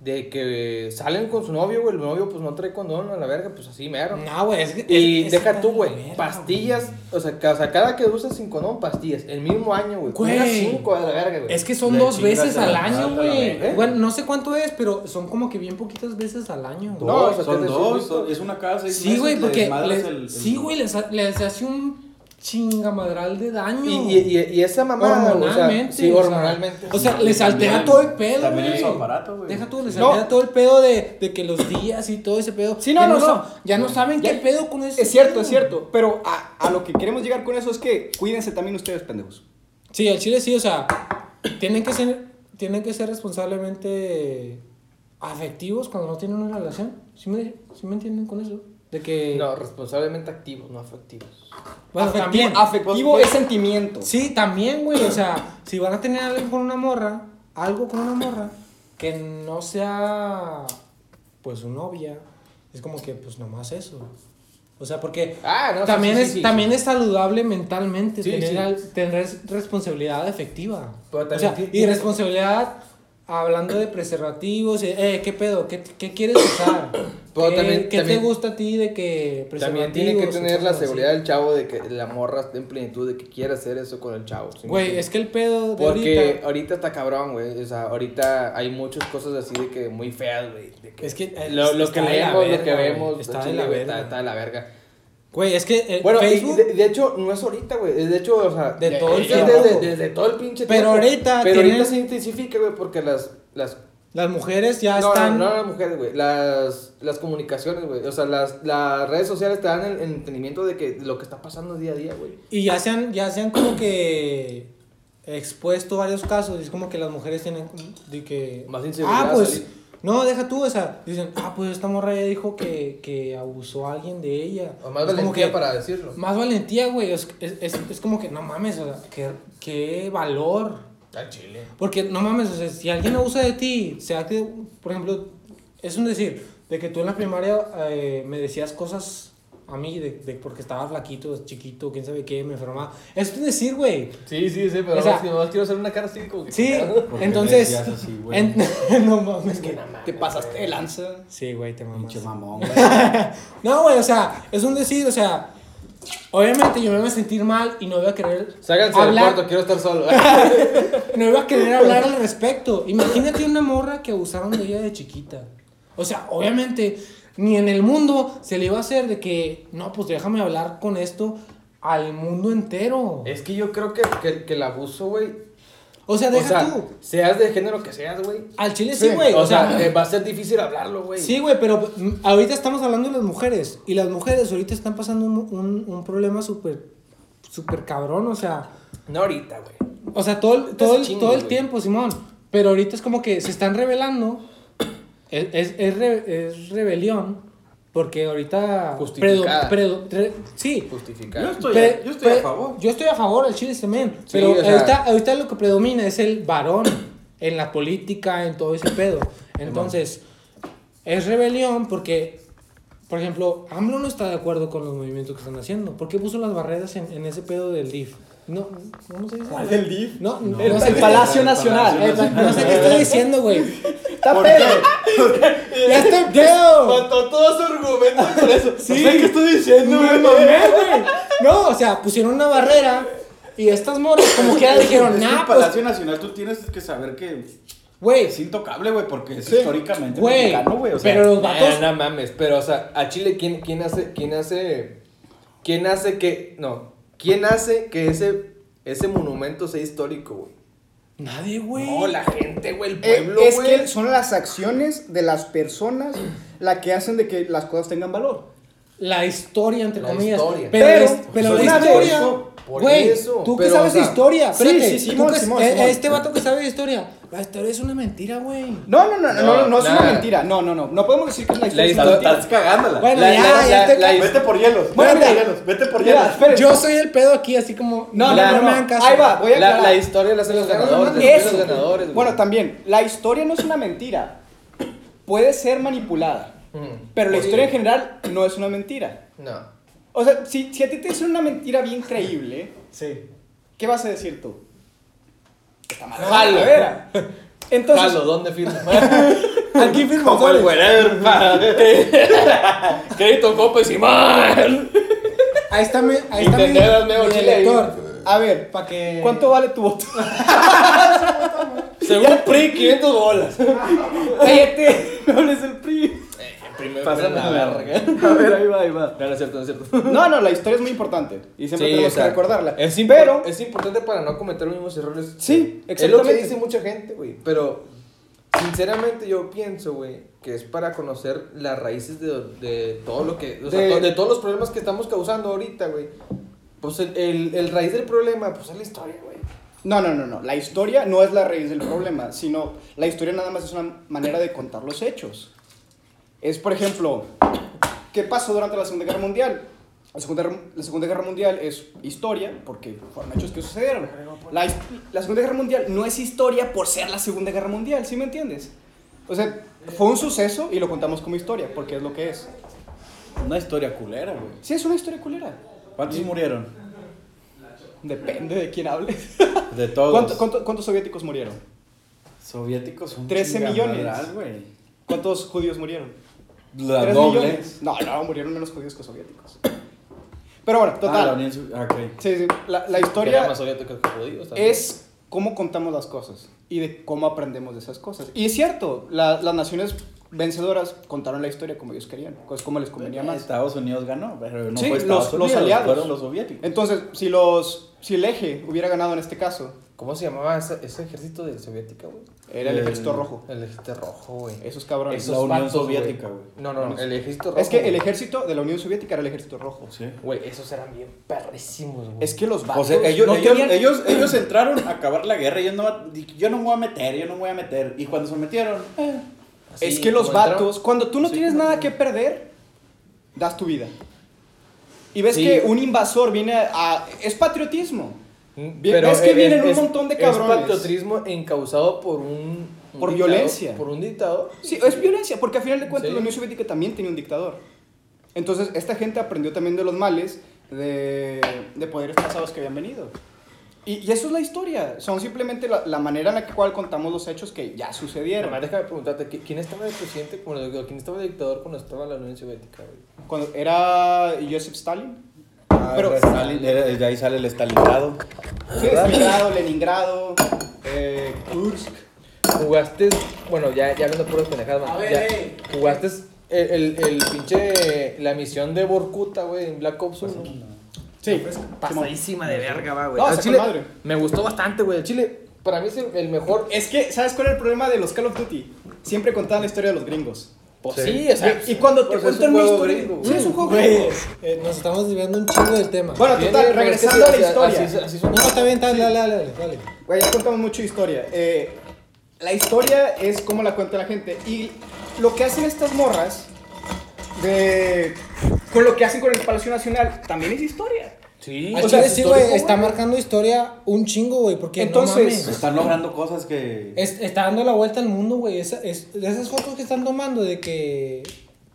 de que salen con su novio, güey, el novio pues no trae condón a la verga, pues así mero.
No, güey, es que.
Y
es- es
deja tú,
una
güey,
verga,
pastillas, o sea, ca- o sea, cada que usas sin condón, pastillas, el mismo año, güey.
Güey.
Unas cinco a la verga, güey.
Es que son
Le
dos
chingas
veces
a la
al
madre,
año,
¿eh?
güey. Bueno, no sé cuánto es, pero son como que bien poquitas veces al año.
No, o sea,
son
que te
dos.
subiste.
son- es una cada seis
sí,
meses,
güey,
le
porque
desmadras
les-
el- el-
sí, güey, les, ha- les hace un chingamadral de daño.
Y, y, y- y esa mamada, o sea,
hormonalmente.
sí, hormonalmente.
O sea,
Y
les altera
también-
todo el pedo.
también el
güey.
aparato, güey.
Deja tú, les
No.
altera todo el pedo de, de que los días y todo ese pedo.
Sí, no,
Ya
no, no.
sa- Ya no saben
Ya-
qué pedo con eso.
Es cierto, es cierto. Pero a, a lo que queremos llegar con eso es que cuídense también ustedes, pendejos.
Sí, al chile sí, o sea, tienen que ser tienen que ser responsablemente afectivos cuando no tienen una relación. ¿Sí me, sí me entienden con eso? De que.
No, responsablemente activos, no afectivos.
bueno,
afectivo
Pues también.
afectivo
Pues,
es sentimiento.
Sí, también, güey. O sea, si van a tener algo con una morra, algo con una morra, que no sea, pues, su novia, es como que, pues, nomás eso. O sea, porque
Ah, no, sí,
también,
sí,
es,
sí, sí.
también es saludable mentalmente
Sí,
tener,
sí.
al- tener responsabilidad efectiva.
Pero
o
también
sea,
ti-
y responsabilidad hablando de preservativos, y, eh, ¿qué pedo? ¿Qué, qué quieres usar?
Pero
¿Qué,
también-
qué
también-
te gusta a ti de que
También tiene que
preservativos o
tener la
cosas así?
seguridad del chavo de que la morra esté en plenitud de que quiera hacer eso con el chavo. ¿sí me
Güey,
entiendes?
es que el pedo de
Porque
ahorita-
ahorita... está cabrón, güey. O sea, ahorita hay muchas cosas así de que muy feas, güey. de
Es que, eh,
lo, lo
está
que
de la
leemos, lo
verga,
que
güey,
vemos,
está de
chile,
la
güey,
verga.
Está, está de la verga.
Güey, es que el
Bueno, y
Facebook.
de, de hecho, no es ahorita, güey. es De hecho, o sea,
De
ya-
todo el
es desde,
tiempo.
desde, desde todo el pinche
Pero
tiempo.
ahorita
Pero
tienen-
ahorita se intensifica, güey, porque las. las
Las mujeres ya
no,
están.
no, no las mujeres, güey. Las, las comunicaciones, güey. O sea, las, las redes sociales te dan el, el entendimiento de que lo que está pasando día a día, güey.
Y ya se han, ya se han como que expuesto varios casos. Y es como que las mujeres tienen como de que.
Más inseguridad
Ah, pues.
salir.
No, deja tú, o sea, dicen, ah, pues esta morra ya dijo que, que abusó a alguien de ella.
O más
Es Pues como
valentía
que-
para decirlo.
Más valentía, güey. Es, es, es, es como que, no mames, o sea, qué, qué valor.
Al chile.
Porque no mames, o sea, si alguien abusa de ti, sea que, por ejemplo, es un decir, de que tú en la primaria eh, me decías cosas a mí, de, de porque estaba flaquito, chiquito, quién sabe qué, me enfermaba. Es un decir, güey.
Sí, sí, sí, pero
O sea-
nomás- nomás quiero hacer una cara así como que.
Sí,
¿Por qué
entonces.
me decías así, güey?
en- no mames, que.
Te pasaste de lanza.
Sí, güey, te mamas.
Pinche mamón, güey.
No, güey, o sea, es un decir, o sea. Obviamente yo me voy a sentir mal y no voy a querer
Ságanse del
hablar,
cuarto, quiero estar solo.
no iba a querer hablar al respecto. Imagínate una morra que abusaron de ella de chiquita. O sea, obviamente, ni en el mundo se le iba a hacer de que, no, pues déjame hablar con esto al mundo entero.
es que yo creo que, que, que el abuso, güey.
O sea,
O
deja
sea,
tú.
seas de género que seas, güey.
Al chile sí, güey.
o sea, eh, va a ser difícil hablarlo, güey.
Sí, güey, pero mm, ahorita estamos hablando de las mujeres. Y las mujeres ahorita están pasando un, un- un problema súper, súper cabrón. O sea,
No ahorita, güey.
O sea, todo el, todo el,
chingo,
todo el
güey.
tiempo, Simón. Pero ahorita es como que se están revelando. Es, es, es re- es rebelión. Porque ahorita.
Justificada.
predo- predo- re- sí.
Justificar.
Yo estoy,
pre-
yo estoy a
pre-
favor.
Yo estoy a favor del chile también. pero
o sea-
ahorita, ahorita lo que predomina es el varón. En la política, en todo ese pedo. Entonces, es rebelión porque. Por ejemplo, AMLO no está de acuerdo con los movimientos que están haciendo. ¿Por qué puso las barreras en, en ese pedo del DIF? No, ¿cómo se dice?
del DIF?
No, no,
el,
no sé
el
qué-
Palacio
el
Nacional.
Palacio
El-
no sé qué estoy diciendo, güey.
Está pedo.
¡Ya estoy pedo!
Mató todo su argumento por eso.
Sí.
No sé qué estoy diciendo, güey.
No, o sea, pusieron una barrera y estas moras como que ya dijeron,
Es que
nah,
el
pues,
Palacio Nacional tú tienes que saber que es
güey,
intocable, güey, porque es
Sí.
históricamente
Güey,
mexicano, güey. O sea,
pero los
Ah,
vatos...
no mames, pero o sea, a Chile quién quién hace quién hace quién hace que no, quién hace que ese ese monumento sea histórico, güey.
Nadie, güey.
No, la gente, güey, el
Eh,
pueblo,
es
güey.
que son las acciones de las personas la que hacen de que las cosas tengan valor.
La historia, entre
La
comillas.
historia.
Pero,
Pero,
es- pero
por
la
eso,
historia...
por
Güey,
eso,
tú que
pero,
sabes
o sea,
de historia.
sí,
Espérate,
sí, sí,
tú
Simón,
que-
Simón,
eh,
Simón.
Este vato que sabe de historia. La historia es una mentira, güey.
No, no, no, no, no, no es
No,
una
la-
mentira. No, no, no. No podemos decir que es la historia.
La
es una
historia-
mentira.
estás cagándola.
Bueno,
La-
ya,
la-
ya
la-
te-
la-
Vete por hielos.
Bueno,
vete por
mira.
hielos. Vete por
Mira,
hielos.
espera. espérense.
Yo soy el pedo aquí, así como...
No,
"Mira,
no,
me
no, no.
hagan caso".
Ahí va, voy a
la,
aclarar.
la historia la hacen los ganadores, después
Eso.
los ganadores. güey.
Bueno, también, la historia no es una mentira. Puede ser manipulada.
Mm,
Pero la
Sí.
historia en general no es una mentira.
no.
O sea, si, si a ti te dicen una mentira bien creíble,
Sí.
¿qué vas a decir tú? Está mal.
Jalo.
A ver. Entonces,
Jalo, ¿dónde firma?
Aquí firmo,
Como el
¿sabes?
wherever, pa.
Crédito Copa y Simón.
Ahí está mi... Ahí está mi...
Entenderos, Meo,
mi
Chile.
elector.
a ver,
Para que...
¿cuánto vale tu voto?
Según PRI 500 bolas.
Cállate, no hables del PRI.
Primero
Pásame
la
la
verga.
A ver, ahí va, ahí va.
No, no es cierto, no es cierto.
No, no, la historia es muy importante y siempre
Sí,
tenemos
o sea,
que recordarla.
Es, impor-
pero
es importante para no cometer los mismos errores.
Sí,
Es lo que
exactamente.
dice mucha gente, güey. Pero, sinceramente, yo pienso, güey, que es para conocer las raíces de, de todo lo que. O sea,
De-
to- de todos los problemas que estamos causando ahorita, güey. Pues el, el- el raíz del problema, pues es la historia, güey.
No, no, no, no. La historia no es la raíz del problema, sino la historia nada más es una manera de contar los hechos. Es, por ejemplo, ¿qué pasó durante la Segunda Guerra Mundial? La Segunda, la Segunda Guerra Mundial es historia porque fueron hechos que sucedieron. La, his- la Segunda Guerra Mundial no es historia por ser la Segunda Guerra Mundial, ¿sí me entiendes? O sea, fue un suceso y lo contamos como historia porque es lo que es.
Una historia culera, güey.
Sí, es una historia culera.
¿Cuántos murieron?
Depende de quién hables.
De todos.
¿Cuánto- cuánto- cuántos soviéticos murieron?
Soviéticos son
13 millones.
chingamadral, güey.
¿Cuántos judíos murieron?
La
¿Tres
doble.
millones? No, no, murieron menos judíos que soviéticos. Pero bueno,
Ah, la
total.
Unión Sovi- ah, ok.
sí, sí, la, la
Era
historia
más soviético que judíos también.
es cómo contamos las cosas y de cómo aprendemos de esas cosas. Y es cierto, la- las naciones vencedoras contaron la historia como ellos querían, pues como les convenía más.
Estados Unidos ganó, pero no
Sí,
fue Estados
los- los
Unidos,
aliados.
fueron los soviéticos.
Entonces, si los si el eje hubiera ganado en este caso,
¿Cómo se llamaba ese, ese ejército de soviética, güey?
era el,
El-
ejército rojo.
El ejército rojo, güey.
Esos cabrones.
Esos
la Unión
vatos, güey.
Soviética, güey.
No, no, no, el ejército rojo.
es que el
güey.
ejército de la Unión Soviética era el ejército rojo.
Pues Sí.
Güey, esos eran bien perrísimos, güey.
Es que los
O
vatos
sea, ellos,
no
ellos,
tenían-
ellos, ellos entraron a acabar la guerra. Ellos no, yo no me voy a meter, yo no me voy a meter. Y cuando se metieron, eh,
Así
es que los
como entraron.
vatos, cuando tú no tienes nada que perder, das tu vida. Y ves que un invasor viene a... a- es patriotismo.
Mm,
Bien, es que
eh,
vienen un
es-
montón de
Es
cabrones.
patriotismo encausado por un. un
Por
dictador-
violencia.
Por un dictador.
Sí, es violencia, porque al final de cuentas
Sí.
la Unión Soviética también tenía un dictador. Entonces, esta gente aprendió también de los males de, de poderes pasados que habían venido. Y, y eso es la historia. Son simplemente la, la manera en la que cual contamos los hechos que ya sucedieron.
Además, déjame preguntarte, ¿qui- ¿quién estaba de presidente? cuando- ¿Quién estaba de dictador cuando estaba la Unión Soviética, güey?
Cuando era Joseph Stalin.
ah,
Pero-
pues, Stalin, era- de ahí sale el Stalingrado.
Sí, Stalingrado, Leningrado, eh, Kursk.
Jugaste, bueno, ya, ya hablando puras pendejadas, mano,
A ver, eh.
ya,
ey.
Jugaste el, el, el pinche. La misión de Borkuta, güey, en Black Ops 1.
Sí,
Pasadísima de verga, va, güey.
No,
Al
está con
Chile,
madre.
Me gustó bastante, güey. Al Chile, para mí es el, el mejor.
Es que, ¿sabes cuál es el problema de los Call of Duty? Siempre contaban la historia de los gringos.
Pues
Sí.
sí, o sea.
y cuando te
pues es
cuentan
un
una
juego
historia.
gringo,
sí, es un juego
Güey,
gringo.
eh, nos estamos desviando un chingo del tema.
Bueno,
Tiene-
total,
pero es que
regresando
sí,
a la
o sea,
historia.
así- así son-
no, está bien, está bien, dale, dale, dale, dale.
Güey, ya contamos mucho historia. Eh, la historia es como la cuenta la gente. Y lo que hacen estas morras de, con lo que hacen con el Palacio Nacional también es historia.
Sí,
Al
o
chile
sea,
sí,
es
güey,
histórico,
está
güey.
marcando historia un chingo, güey, porque
Entonces-
no mames.
Están logrando cosas que.
Eh,
Es- está dando la vuelta al mundo, güey. Esa- es- de esas fotos que están tomando de que,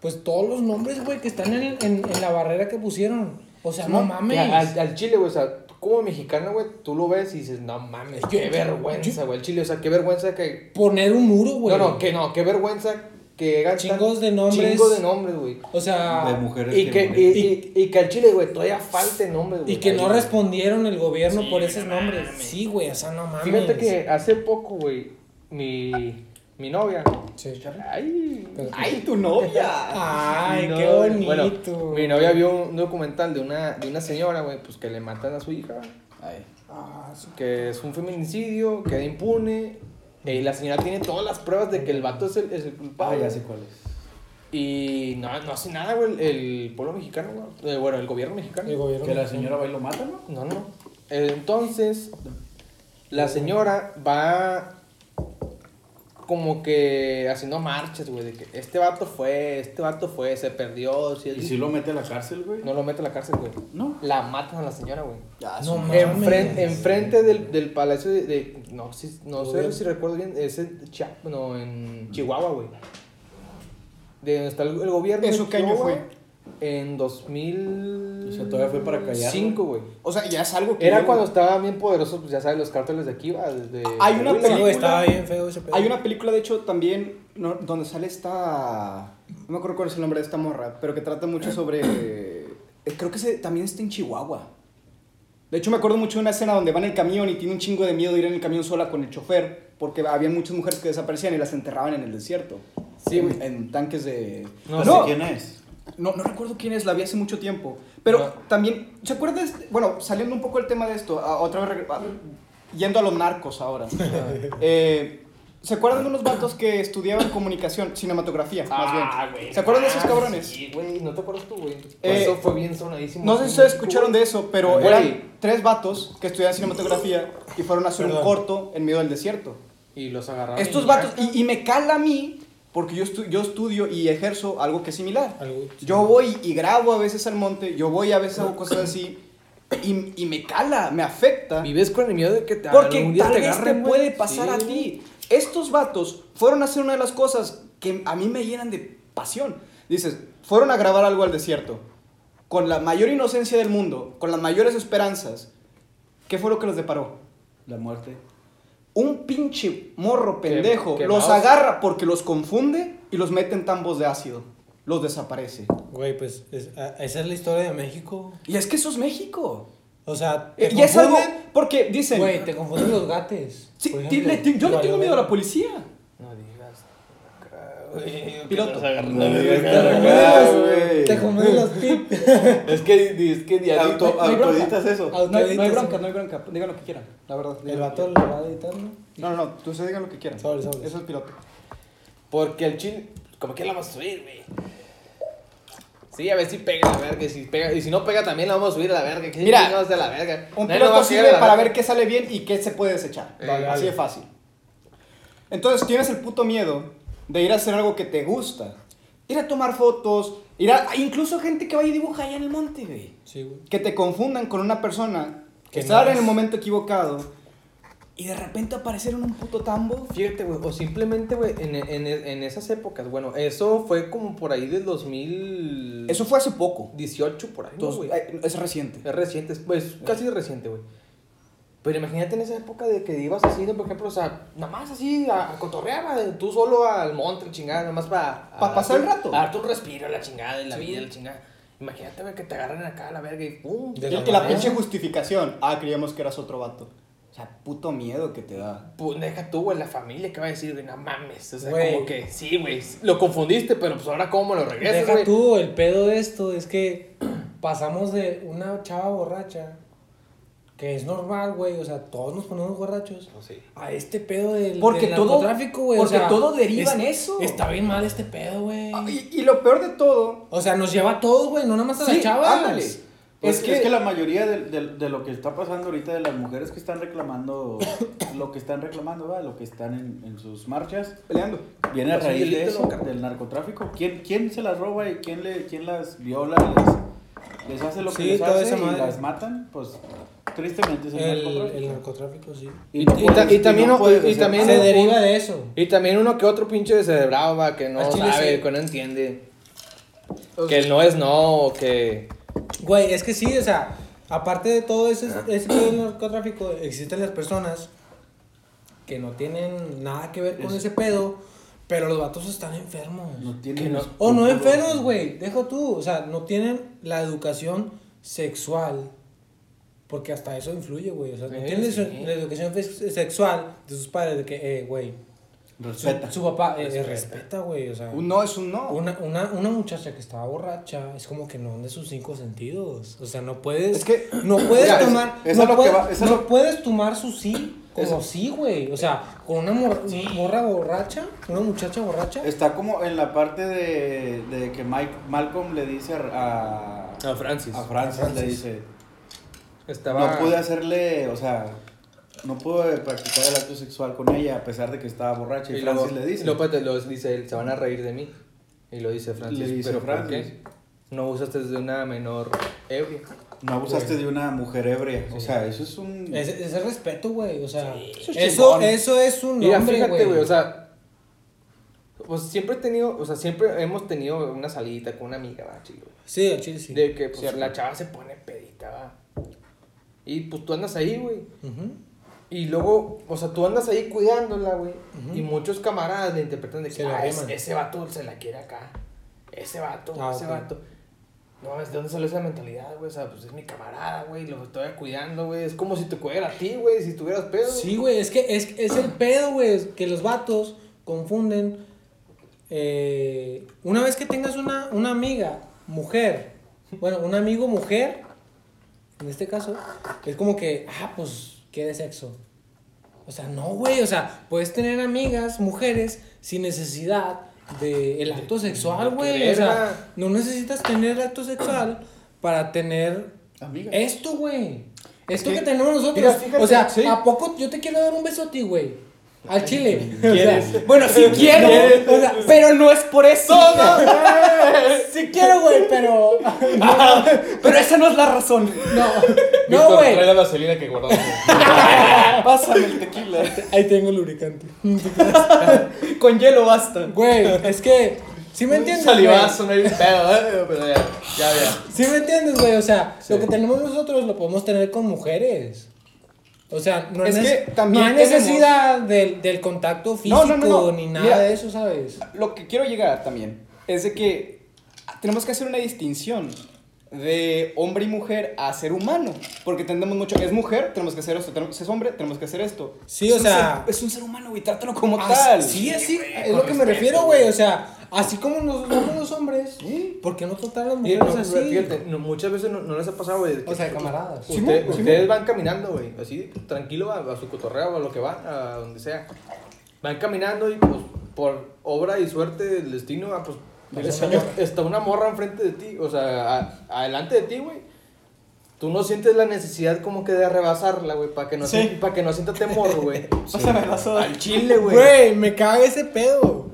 pues todos los nombres, güey, que están en, en- en la barrera que pusieron. O sea, no, mames.
Ya, Al, al Chile, güey, o sea, tú como mexicano, güey, tú lo ves y dices, no mames, qué vergüenza, güey. El Chile, o sea, qué vergüenza que.
Poner un muro, güey.
No, no, que no, qué vergüenza que hagan tan-
Chingos de nombres.
Chingo de nombres, güey.
O sea,
de mujeres
Y que, y,
murieron.
y, y que al Chile, güey, todavía falte nombres, güey.
y que no
Ahí.
respondieron el gobierno por esos nombres. Sí, güey, o sea, no mames.
Fíjate que hace poco, güey, mi, mi novia.
Sí.
Ay,
¡Ay, tu novia!
Ay,
mi
qué
novia-
bonito.
bueno, mi novia vio un documental de una, de una señora, güey, pues que le matan a su hija.
Ay.
Ah, su-
que es un feminicidio, queda impune. eh, Y la señora tiene todas las pruebas de que el vato es el, es el
Ah,
culpable.
ya sé cuál es.
Y no, no hace nada, güey, el, el pueblo mexicano, güey. Eh, bueno, el gobierno mexicano.
el gobierno.
Que la señora va y lo mata, ¿no?
No, no. Eh, Entonces, la señora va como que haciendo marchas, güey, de que este vato fue, este vato fue, se perdió. Si es-
Y si lo mete a la cárcel, güey.
No lo mete a la cárcel, güey.
No.
La matan a la señora, güey.
No mames.
Enfren- enfrente del, del palacio de, de- no, si- no sé
Gobierno.
si recuerdo bien, es en Chia- no, en Chihuahua, güey. De donde está el, el gobierno.
¿Eso
de
qué año
Chihuahua, En 2000.
O sea, todavía fue para callarlo.
Cinco, güey.
O sea, ya es algo que...
Era
yo-
cuando estaban bien poderosos, pues ya sabes, los cárteles de aquí, va, desde...
Hay
Sí,
Huila.
una
güey,
película-
estaba bien feo ese pedo.
Hay una película, de hecho, también, no- donde sale esta... No me acuerdo cuál es el nombre de esta morra, pero que trata mucho sobre... eh, Creo que se- también está en Chihuahua. De hecho, me acuerdo mucho de una escena donde va en el camión y tiene un chingo de miedo de ir en el camión sola con el chofer, porque había muchas mujeres que desaparecían y las enterraban en el desierto.
Sí,
en,
güey.
en tanques de...
No, sé quién es.
No, no recuerdo quién es, la vi hace mucho tiempo. Pero
No.
también, ¿se acuerda? este- Bueno, saliendo un poco del tema de esto, a- otra vez, reg- a- yendo a los narcos ahora. Eh, ¿Se acuerdan de unos vatos que estudiaban comunicación, cinematografía, más bien? ¿Se acuerdan de esos cabrones?
Ah, Sí, güey, no te acuerdas tú, güey.
Eh,
Eso fue bien sonadísimo.
No sé si ustedes escucharon de eso, pero
Güey.
eran tres vatos que estudiaban cinematografía y fueron a hacer un
Perdón.
corto en medio del desierto.
Y los agarraron.
Estos
y-
vatos, y, y me cala a mí, porque yo, estu- yo estudio y ejerzo algo que es similar.
Algo-
Yo voy y grabo a veces al monte, yo voy a veces hago cosas así, y, y me cala, me afecta.
Vives con el miedo de que te
Porque
algún día
tal vez te
agarren, güey.
puede pasar a
Sí.
ti. Estos vatos fueron a hacer una de las cosas que a mí me llenan de pasión. Dices, fueron a grabar algo al desierto. Con la mayor inocencia del mundo, con las mayores esperanzas. ¿Qué fue lo que los deparó?
La muerte.
Un pinche morro
Que-
pendejo
que
los
vamos.
agarra porque los confunde y los mete en tambos de ácido. Los desaparece.
Güey, pues es- a- esa es la historia de México.
Y es que eso es México.
O sea, te
Eh, Y es algo.
confunden-
Porque dicen.
Güey, te confunden los gates.
sí,
por
ti-
ejemplo.
le ti- yo le
Vale,
tengo miedo a
güey.
la policía.
No digas.
Piloto.
Te confunden los tips.
Es que, es que
Auto,
no hay bronca.
autoeditas
Ah,
eso.
No hay, no hay
Autoeditas.
bronca, no hay bronca. Digan lo que quieran, la verdad. digan
El
lo
vato
que
lo va a editar, ¿no?
quieran. No, no, no, tú se digan lo que quieran.
Sobre, sobre.
Eso es piloto.
Porque el chile. Como que la vamos a subir, güey. Sí, a ver si pega la verga. y Si pega, y si no pega también la vamos a subir a la verga. ¿Qué
Mira,
chingados de la verga.
Un
Nadie lo va
piloto
a subir a
sirve
la
para
verga.
ver qué sale bien y qué se puede desechar.
Eh, Vale,
Así
vale.
de fácil. Entonces tienes el puto miedo de ir a hacer algo que te gusta. Ir a tomar fotos, ir a... Incluso gente que vaya y dibuja allá en el monte, güey.
Sí, güey.
Que te confundan con una persona que
Que
está
no
en el
es.
momento equivocado y de repente aparecer en un puto tambo.
Fíjate, güey, o simplemente, güey, en, en, en esas épocas, bueno, eso fue como por ahí del 2000...
Eso fue hace poco.
18 por ahí, ¿no,
Dos-
güey.
eh, es reciente.
Es reciente, es- pues casi reciente, güey. Pero imagínate en esa época de que ibas así, de, por ejemplo, o sea, nada más así a, a cotorrear, va, tú solo al monte, la chingada, nada más para... a-
Pa' pasar el
darte-
rato.
A darte un respiro, la chingada, y la vida, la chingada. Imagínate, güey, que te agarran acá a la verga y ¡pum!
De
Y
la
y la
manera.
pinche justificación. Ah, creíamos que eras otro vato. O sea, puto miedo que te da.
Pues deja tú, güey, la familia que va a decir, güey, no mames. O sea,
Güey.
como que sí, güey, lo confundiste, pero pues ahora cómo lo regresas,
Deja
güey.
tú, el pedo de esto es que pasamos de una chava borracha, que es normal, güey, o sea, todos nos ponemos borrachos,
Oh,
Pues, sí.
a este pedo del,
Porque
del
todo-
narcotráfico, güey. o
porque
sea,
todo deriva en eso.
Está bien mal este pedo, güey.
Ah, y, y lo peor de todo.
O sea, nos lleva a todos, güey, no nada más a
Sí,
las chavas.
ándale.
Pues es,
Es que-
que... la mayoría de, de- de lo que está pasando ahorita, de las mujeres que están reclamando, lo que están reclamando, ¿verdad? lo que están en, en sus marchas,
Peleando.
viene a
Pues, sí,
raíz de
delito,
eso,
¿no, carnal?
del narcotráfico. ¿Quién, quién se las roba y quién, le, quién las viola, les, les hace lo que
Sí,
les
toda
hace
esa
y
madre.
las matan? Pues tristemente es el,
El,
narcotráfico.
el narcotráfico, sí.
Y-
no
y
puedes-
ta- y también
no
no-
puedes
y
hacer
también
Se
nada.
no-
deriva de eso.
Y también uno que otro pinche descerebrado, va, que no
Al chile
sabe,
sí.
que no entiende.
O
Que el no es no, o que.
Güey, es que sí, o sea, aparte de todo ese,
Ah.
ese pedo del narcotráfico, existen las personas que no tienen nada que ver con
Es-
ese pedo, pero los vatos están enfermos.
No tienen
Que no-
escrúpulos.
O no enfermos, güey, dejo tú, o sea, no tienen la educación sexual, porque hasta eso influye, güey, o sea, no
Sí,
tienen
sí.
su- la educación fe- sexual de sus padres, de que, eh, güey, su,
Respeta.
su papá eh, eh, respeta, güey, o sea.
Un no es un no.
Una, una, una muchacha que estaba borracha es como que no de sus cinco sentidos. O sea, no puedes.
Es que-
No puedes
Mira, es-
tomar.
es
no
a lo que
puedes,
va- es a
no
lo-
puedes tomar su sí como
Es-
sí, güey. O sea, con una mor- morra borracha, una muchacha borracha.
Está como en la parte de, de que Mike Malcolm le dice a, a,
A Francis.
a Francis,
A Francis.
le dice,
Estaba.
no pude hacerle, o sea, no pude practicar el acto sexual con ella a pesar de que estaba borracha. Y,
y luego-
Francis le dice,
y luego te- lo dice él, se van a reír de mí. Y lo dice Francis.
Le dice
"¿Pero por
Francis".
qué? No usaste de una menor ebria.
no
Pues.
abusaste de una mujer ebria. O sea, eso es
Eh,
un...
Ese, ese respeto, güey. O sea,
Eso es
eso,
chingón.
eso es un
Mira,
hombre,
fíjate, güey, o sea. Pues siempre he tenido, o sea, siempre hemos tenido una salidita con una amiga, va, chido.
Sí, al chile sí.
De que pues, la chava se pone pedita, va. Y pues tú andas ahí, güey.
Ujú.
Y luego, o sea, tú andas ahí cuidándola, güey.
Ujú.
Y muchos camaradas le interpretan de que
Se la
"Ah, es-
riman".
ese vato se la quiere acá. Ese vato,
Ah,
ese
ok.
vato. No, es de dónde salió esa mentalidad, güey. O sea, pues es mi camarada, güey. Lo estoy cuidando, güey. Es como si te cuidara a ti, güey. Si tuvieras pedo.
Sí, güey, es que es, es el pedo, güey, es que los vatos confunden. eh, una vez que tengas una, una amiga, mujer, bueno, un amigo mujer, en este caso, es como que, ah, pues, ¿qué de sexo? O O sea, no, güey. O sea, puedes tener amigas, mujeres, sin necesidad del acto sexual, güey. O sea,
verga.
no necesitas tener acto sexual para tener
Amiga.
esto, güey. Esto
Sí.
que tenemos nosotros.
Mira, fíjate,
o sea,
sí.
¿a poco yo te quiero dar un beso a ti, güey? Al chile. O sea, bueno, sí quiero. o sea, pero no es por eso. sí quiero, güey, pero.
Pero esa no es la razón.
No, no,
Víctor,
güey.
trae la vaselina que guardamos.
Pásame el tequila.
Ahí tengo el lubricante.
Con hielo basta.
Güey, es que. ¿Sí me entiendes? güey?
Salivazo, no hay pedo, ¿eh? Pero ya, ya, ya.
¿Sí me entiendes, güey? O sea, lo que tenemos nosotros lo podemos tener con mujeres. O sea, no
Es
es
que también
no hay
tenemos-
necesidad del, del contacto físico
No, no, no, no.
ni nada
Mira.
de eso, ¿sabes?
Lo que quiero llegar también es de que tenemos que hacer una distinción de hombre y mujer a ser humano. Porque tendemos mucho, es mujer, tenemos que hacer esto, tenemos- es hombre, tenemos que hacer esto.
Sí,
Es
o
un
sea-
ser- es un ser humano, güey, trátalo como
As-
tal.
Sí, así es lo que me refiero, güey. O sea, así como nos somos los hombres, ¿por qué no tratar a las
Y,
mujeres
no,
así?
fíjate, no, muchas veces no, no les ha pasado, güey.
O sea, de camaradas.
Usted- ustedes van caminando, güey, así, tranquilo, a, a su cotorreo, a lo que van, a donde sea. Van caminando y, pues, por obra y suerte del destino, ah, pues, está, está una morra enfrente de ti, o sea, a- adelante de ti, güey. Tú no sientes la necesidad como que de rebasarla, güey, para que, no
Sí.
sien- para que no sienta temor, güey.
Pásame la soda.
Al chile, güey.
Güey, me caga ese pedo.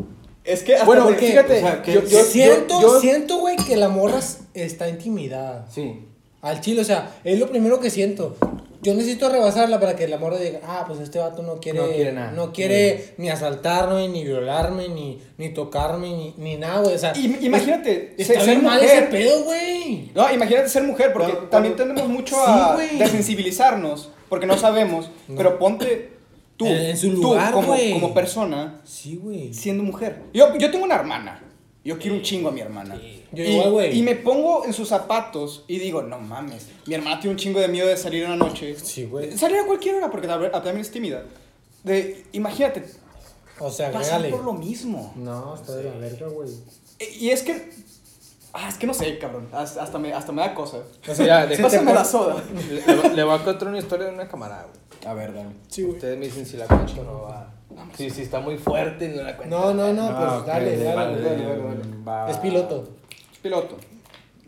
Es que hasta
Bueno,
porque-
porque-
fíjate,
o sea, que-
yo, yo- yo-
siento,
yo-
siento, güey, que la morra s- está intimidada.
Sí.
Al chile, o sea, es lo primero que siento. Yo necesito rebasarla para que la morra diga, ah, pues este vato no quiere,
No quiere nada.
no quiere ni asaltarme, ni violarme, ni, ni tocarme, ni, ni nada, güey. O sea,
Im- imagínate,
está
ser-
bien
ser
mal
mujer.
ese pedo, güey.
No, imagínate ser mujer, porque
Cuando-
también
cuando-
tendemos mucho
Sí,
a
güey.
desensibilizarnos, porque no sabemos, pero ponte tú,
En- en su
tú
lugar,
como,
güey.
como persona,
Sí, güey.
siendo mujer. Yo, yo tengo una hermana. Yo quiero un chingo a mi hermana.
Yo
y,
igual, güey.
y me pongo en sus zapatos y digo, no mames, mi hermana tiene un chingo de miedo de salir una noche.
Sí, güey.
Salir a cualquier hora porque tal vez- también es tímida. De, imagínate,
O sea,
pasar
regale.
por lo mismo.
No, está de la verga, güey.
E- Y es que, ah, es que no sé, cabrón. Hasta, hasta me, hasta me da cosa.
O sea, ya, de-
Pásame la soda.
le, le- le voy a contar una historia de una camarada, güey.
A ver, dale.
Ustedes me dicen si la cuento o no va. Sí, sí, está muy fuerte, no la cuento.
No, no, no,
Ah,
pues
ok,
dale, dale,
vale,
dale,
vale,
dale.
va-
Es piloto.
Piloto.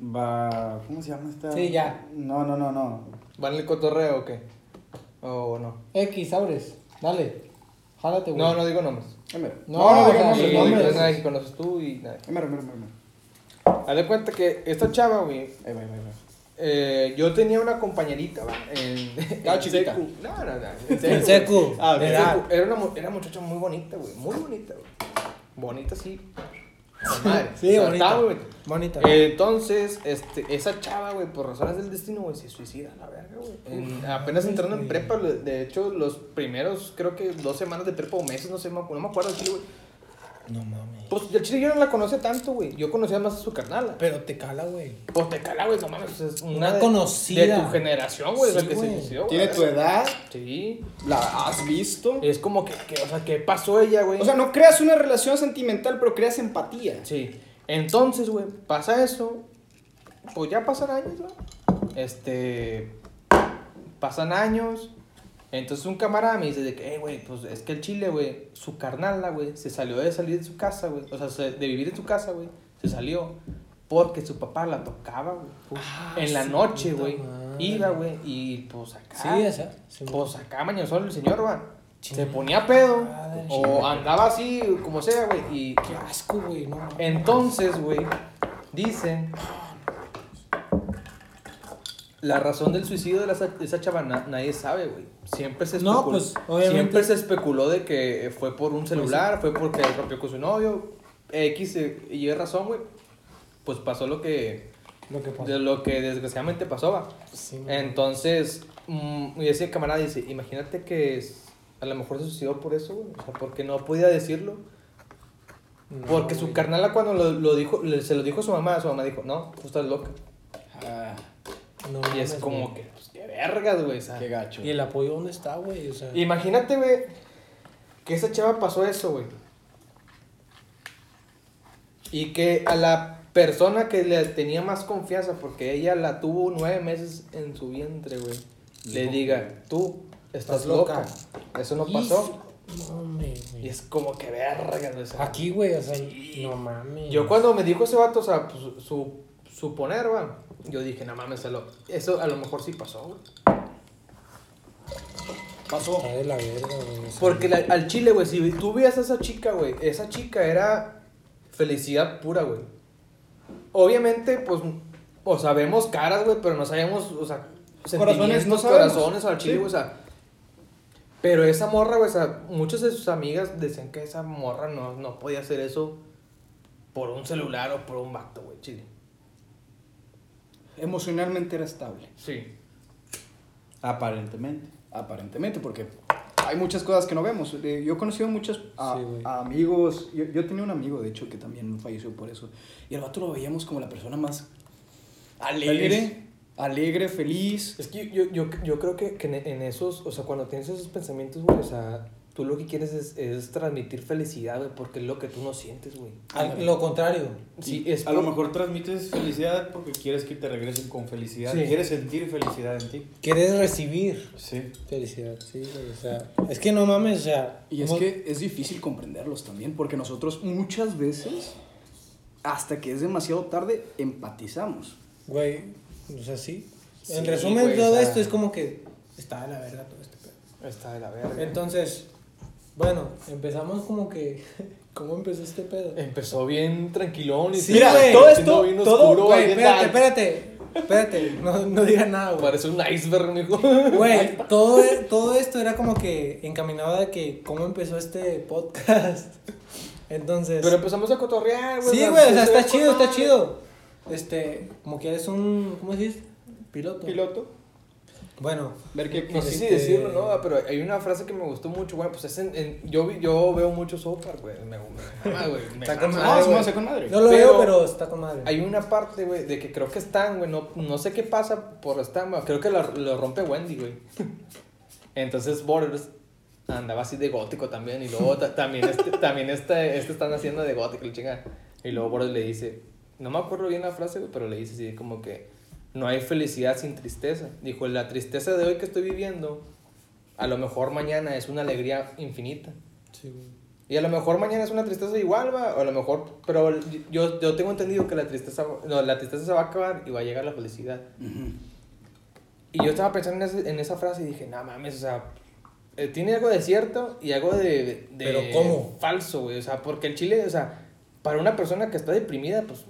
Va. ¿Cómo se llama esta?
Sí, ya.
No, no, no, no.
¿Van el cotorreo o qué? ¿O no?
X, abres. Dale. Jálate, güey.
No, no digo nombres.
Emero.
No,
no,
o
diga
sea,
nombres,
Y
no,
nombres.
nombres.
pues, nadie que conoces tú y nada.
Emero, emero, emero, emero.
Haz de cuenta que esta chava, güey,
Ahí va, ahí va, ahí va.
eh, yo tenía una compañerita, va, en,
Estaba
en
chiquita.
secu. No, no, no.
En secu.
Ah, ok.
De
En
edad.
secu. Era una mu- era muchacha muy bonita, güey. Muy bonita, güey. Bonita, sí. Madre.
Sí,
O sea,
bonita.
estaba, güey.
Bonita.
Eh. Entonces, este, esa chava, güey, por razones del destino, güey, se suicida, la verga, güey. En- Apenas entrando en prepa, lo- de hecho, los primeros, creo que dos semanas de prepa o meses, no sé, me acu- no me acuerdo, al chile, güey.
No mames.
Pues el chile yo no la conocía tanto, güey. Yo conocía más a su carnala.
Pero te cala, güey.
Pues te cala, güey, no mames. pues, Es una,
Una
de-
conocida.
De tu generación, güey, es
Sí,
la que
güey.
se suicidó, güey.
Tiene tu edad,
Sí.
la has visto.
Es como que, que, o sea, ¿qué pasó ella, güey?
O sea, no creas una relación sentimental, pero creas empatía.
Sí. Entonces, güey, pasa eso. Pues ya pasan años, ¿no? Este. Pasan años. Entonces un camarada me dice de que, "Eh, güey, pues es que el chile, güey, su carnala, güey, se salió de salir de su casa, güey. O sea, se- de vivir en su casa, güey. Se salió. Porque su papá la tocaba, güey.
Pues,
en la noche,
Ah, puta
güey.
madre.
Iba, güey. Y pues acá.
Sí, o sea, sí.
Pues acá mañosón el señor, va. Se ponía pedo.
Madre.
O andaba así, como sea, güey. Y
Qué asco, güey. No mames.
entonces, güey, dicen. La razón del suicidio de, la sa- de esa chava na- nadie sabe, güey. Siempre se
No,
especuló.
pues, obviamente. Pues
Siempre se especuló de que fue por un celular, fue porque rompió con su novio. X eh, y razón, güey. Pues pasó lo que.
Lo que pasa.
De lo que desgraciadamente pasó, va.
Pues Sí, güey.
Entonces, mm, y ese camarada dice, imagínate que es- a lo mejor se suicidó por eso, güey. O sea, porque no podía decirlo.
No,
Porque su
güey.
carnala cuando lo, lo dijo, le- se lo dijo a su mamá, su mamá dijo, no, tú estás loca.
Ah,
No
Y es
mames,
como
güey.
que, pues, qué vergas, güey. o sea.
qué gacho.
¿Y el apoyo dónde está, güey? O sea.
Imagínate, güey, que esa chava pasó eso, güey. Y que a la persona que le tenía más confianza, porque ella la tuvo nueve meses en su vientre, güey, le diga, tú Estás
Estás
loca.
loca.
Eso no pasó.
No, hombre,
Y
güey.
es como que verga. o sea,
Aquí, güey, o sea, no mames.
Mm.
Yo cuando me dijo ese vato, o sea, pues, su, suponer, va, yo dije, no mames, se lo- eso a lo mejor sí pasó, güey.
Está de la verga, güey. o sea,
Porque la- al chile, güey, si tú veías a esa chica, güey, esa chica era felicidad pura, güey. Obviamente, pues, o sabemos caras, güey, pero no sabemos, o sea,
Corazones,
sentimientos,
no sabemos.
corazones al chile,
Sí.
güey, o sea. Pero esa morra, güey, o sea, muchas de sus amigas decían que esa morra no, no podía hacer eso por un celular o por un vato, güey, chile.
Emocionalmente era estable.
Sí.
Aparentemente.
Aparentemente, porque hay muchas cosas que no vemos. Eh, Yo he conocido muchos a-
Sí, güey.
a amigos. Yo, yo tenía un amigo, de hecho, que también falleció por eso. Y el vato lo veíamos como la persona más alegre,
Feliz.
alegre, feliz.
Es que yo, yo, yo creo que, que en- en esos, o sea, cuando tienes esos pensamientos, güey, o sea, tú lo que quieres es, es transmitir felicidad, güey, porque es lo que tú no sientes, güey.
Ah.
Al- lo contrario.
Sí, es
A lo
por-
mejor transmites felicidad porque quieres que te regresen con felicidad.
Sí.
Quieres sentir felicidad en ti.
Quieres recibir
Sí.
felicidad, sí, güey. O sea, es que no mames, o sea.
Y es
¿cómo-
que es difícil comprenderlos también, porque nosotros muchas veces, hasta que es demasiado tarde, empatizamos.
Güey, o sea, sí.
Sí,
en resumen,
güey, o
todo
sea-
esto es como que está de la verga todo este pedo.
Está de la verga. Em,
Entonces, bueno, empezamos como que. ¿Cómo empezó este pedo?
Empezó bien tranquilón y
Sí,
se-
Mira,
se
todo
siendo
esto,
bien
todo,
oscuro,
güey,
bien
espérate,
dark.
espérate, espérate, no, no digas nada, güey.
Parece un iceberg, mijo.
Güey, todo, e- todo esto era como que encaminado a que cómo empezó este podcast. Entonces,
Pero empezamos a cotorrear, güey.
sí,
la-
güey, o sea,
se ve
está chido,
con
está
madre.
chido. Este, como que eres un, ¿cómo se dice? Piloto.
Piloto.
Bueno,
Ver qué...
No sé si
Este-
decirlo, ¿no? Ah, Pero hay una frase que me gustó mucho, güey. Pues es en, en- yo, vi- yo veo mucho software, güey. Me gusta, güey. me
Está con
mama,
madre,
Ah,
güey.
Simón, sé con madre.
no lo
Pero-
veo, pero está con madre.
Hay una parte, güey, de que creo que Stan, güey, no, no sé qué pasa por Stan, güey, creo que lo, lo rompe Wendy, güey. Entonces Borders andaba así de gótico también, y luego ta- también, este, también este, este están haciendo de gótico, el chinga. Y luego Borders le dice, no me acuerdo bien la frase, güey, pero le dice así como que no hay felicidad sin tristeza. Dijo, la tristeza de hoy que estoy viviendo, a lo mejor mañana es una alegría infinita.
Sí, güey.
Y a lo mejor mañana es una tristeza igual, va, o a lo mejor, pero yo, yo tengo entendido que la tristeza, no, la tristeza se va a acabar y va a llegar la felicidad. Y yo estaba pensando en, ese- en esa frase y dije, no mames, o sea, eh, tiene algo de cierto y algo de, de-
Pero ¿cómo?
falso, güey, o sea, porque el chile, o sea, para una persona que está deprimida, pues,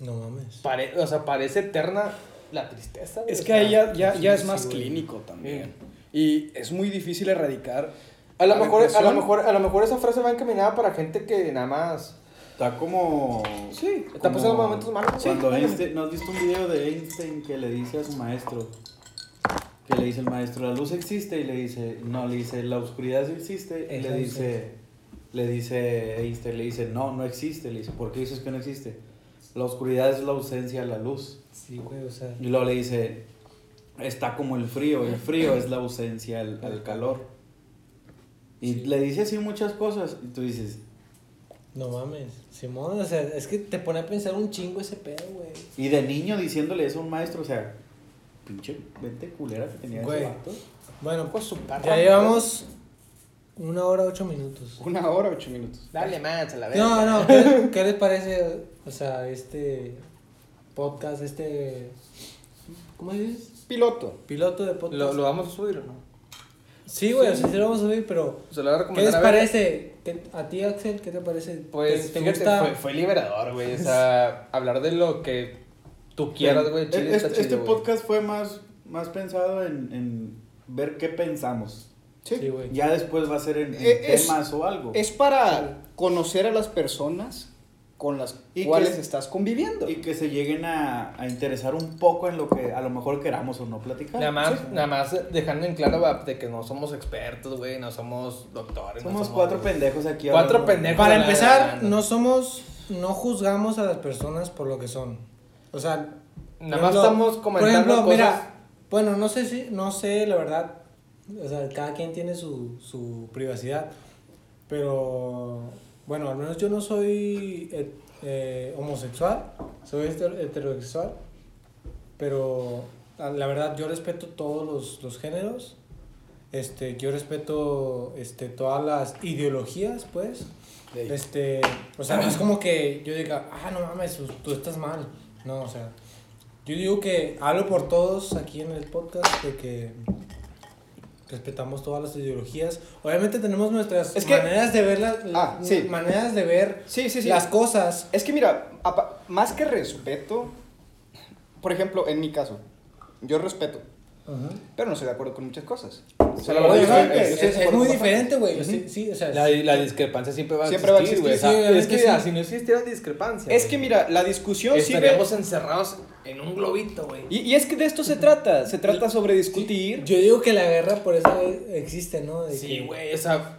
No mames.
pare- o sea, parece eterna la tristeza. güey,
Es
o
que
sea, eh,
ahí ya, ya, ya es
sí,
más
güey.
clínico también. Y es muy difícil erradicar.
A lo,
la
mejor, a, lo
depresión.
mejor, a lo mejor esa frase va encaminada para gente que nada más...
Está como.
Sí, está pasando
como
momentos malos, güey.
Cuando
Válgame.
Einstein, ¿no has visto un video de Einstein que le dice a su maestro? Que le dice el maestro, la luz existe y le dice, no, le dice, la oscuridad sí existe y
Es
le dice, le dice Einstein, le dice, no, no existe, le dice, ¿por qué dices que no existe? La oscuridad es la ausencia de la luz.
Sí, güey, o sea.
Y luego le dice, está como el frío, el frío es la ausencia al, al calor. Y
Sí.
le dice así muchas cosas y tú dices,
No mames, Simón, o sea, es que te pone a pensar un chingo ese pedo, güey.
Y de niño diciéndole eso a un maestro, o sea, pinche vente culera que tenía
Güey.
ese vato.
Bueno,
Pues su perra,
ya llevamos una hora ocho minutos.
Una hora, ocho minutos.
Dale más a la verga.
No, no, ¿qué, qué les parece, o sea, este podcast, este, ¿cómo dices?
Piloto.
Piloto de podcast.
¿Lo, lo vamos a subir o no?
Sí, güey, o sea, sí lo vamos a subir, pero
Se lo voy a
¿qué
recomendar
les
a ver.
parece? ¿Qué- a ti, Axel, ¿qué te parece?
Pues,
¿Te, te
fíjate,
gusta?
fue, fue liberador, güey. O sea, hablar de lo que tú quieras, güey. el Chile
Este,
está chido,
este
güey.
podcast fue más, más pensado en, en ver qué pensamos.
Sí, güey.
Ya después va a ser en, en
E-,
Eh, es-
temas o algo.
Es para conocer a las personas con las
Y
cuales
que-
estás conviviendo.
Y que se lleguen a, a interesar un poco en lo que a lo mejor queramos o no platicar.
Nada más,
Sí.
nada más dejando en claro va, de que no somos expertos, güey. No somos doctores. no
Somos cuatro pendejos aquí.
Cuatro
hablando.
pendejos.
Para
la-
empezar,
la-
no somos, no juzgamos a las personas por lo que son. O sea,
Nada
por
más estamos comentando
Por ejemplo,
cosas.
mira, bueno, no sé si, no sé, la verdad, o sea, cada quien tiene su, su privacidad, pero bueno, al menos yo no soy het- eh, homosexual, soy heter- heterosexual, pero a- la verdad yo respeto todos los, los géneros Este, yo respeto este, todas las ideologías, pues.
Ey.
Este, o sea, no es como que yo diga, ah, no mames, tú- tú estás mal. No, o sea, yo digo que hablo por todos aquí en el podcast de que respetamos todas las ideologías. Obviamente tenemos nuestras
Es que-
maneras de ver las
Ah, sí.
maneras de ver
Sí, sí, sí.
las cosas.
Es que mira, apa- más que respeto, por ejemplo, en mi caso, yo respeto, pero no estoy de acuerdo con muchas cosas. O sea, la verdad, yo estoy-
Obviamente,
yo
es,
estoy de
es
acuerdo
muy
con bastantes.
diferente, güey. Sí, sí, o sea,
La, la discrepancia siempre va a
Siempre va a
existir, güey.
existir,
O
sí,
sea, es que
obviamente
ah,
sí.
si no existieran discrepancias.
Es que
güey,
mira, la discusión sirve...
Estaríamos encerrados en un globito, güey.
Y, y es que de esto se trata, se trata sobre discutir.
yo digo que la guerra por eso existe, ¿no? De
Sí,
que-
güey, o sea,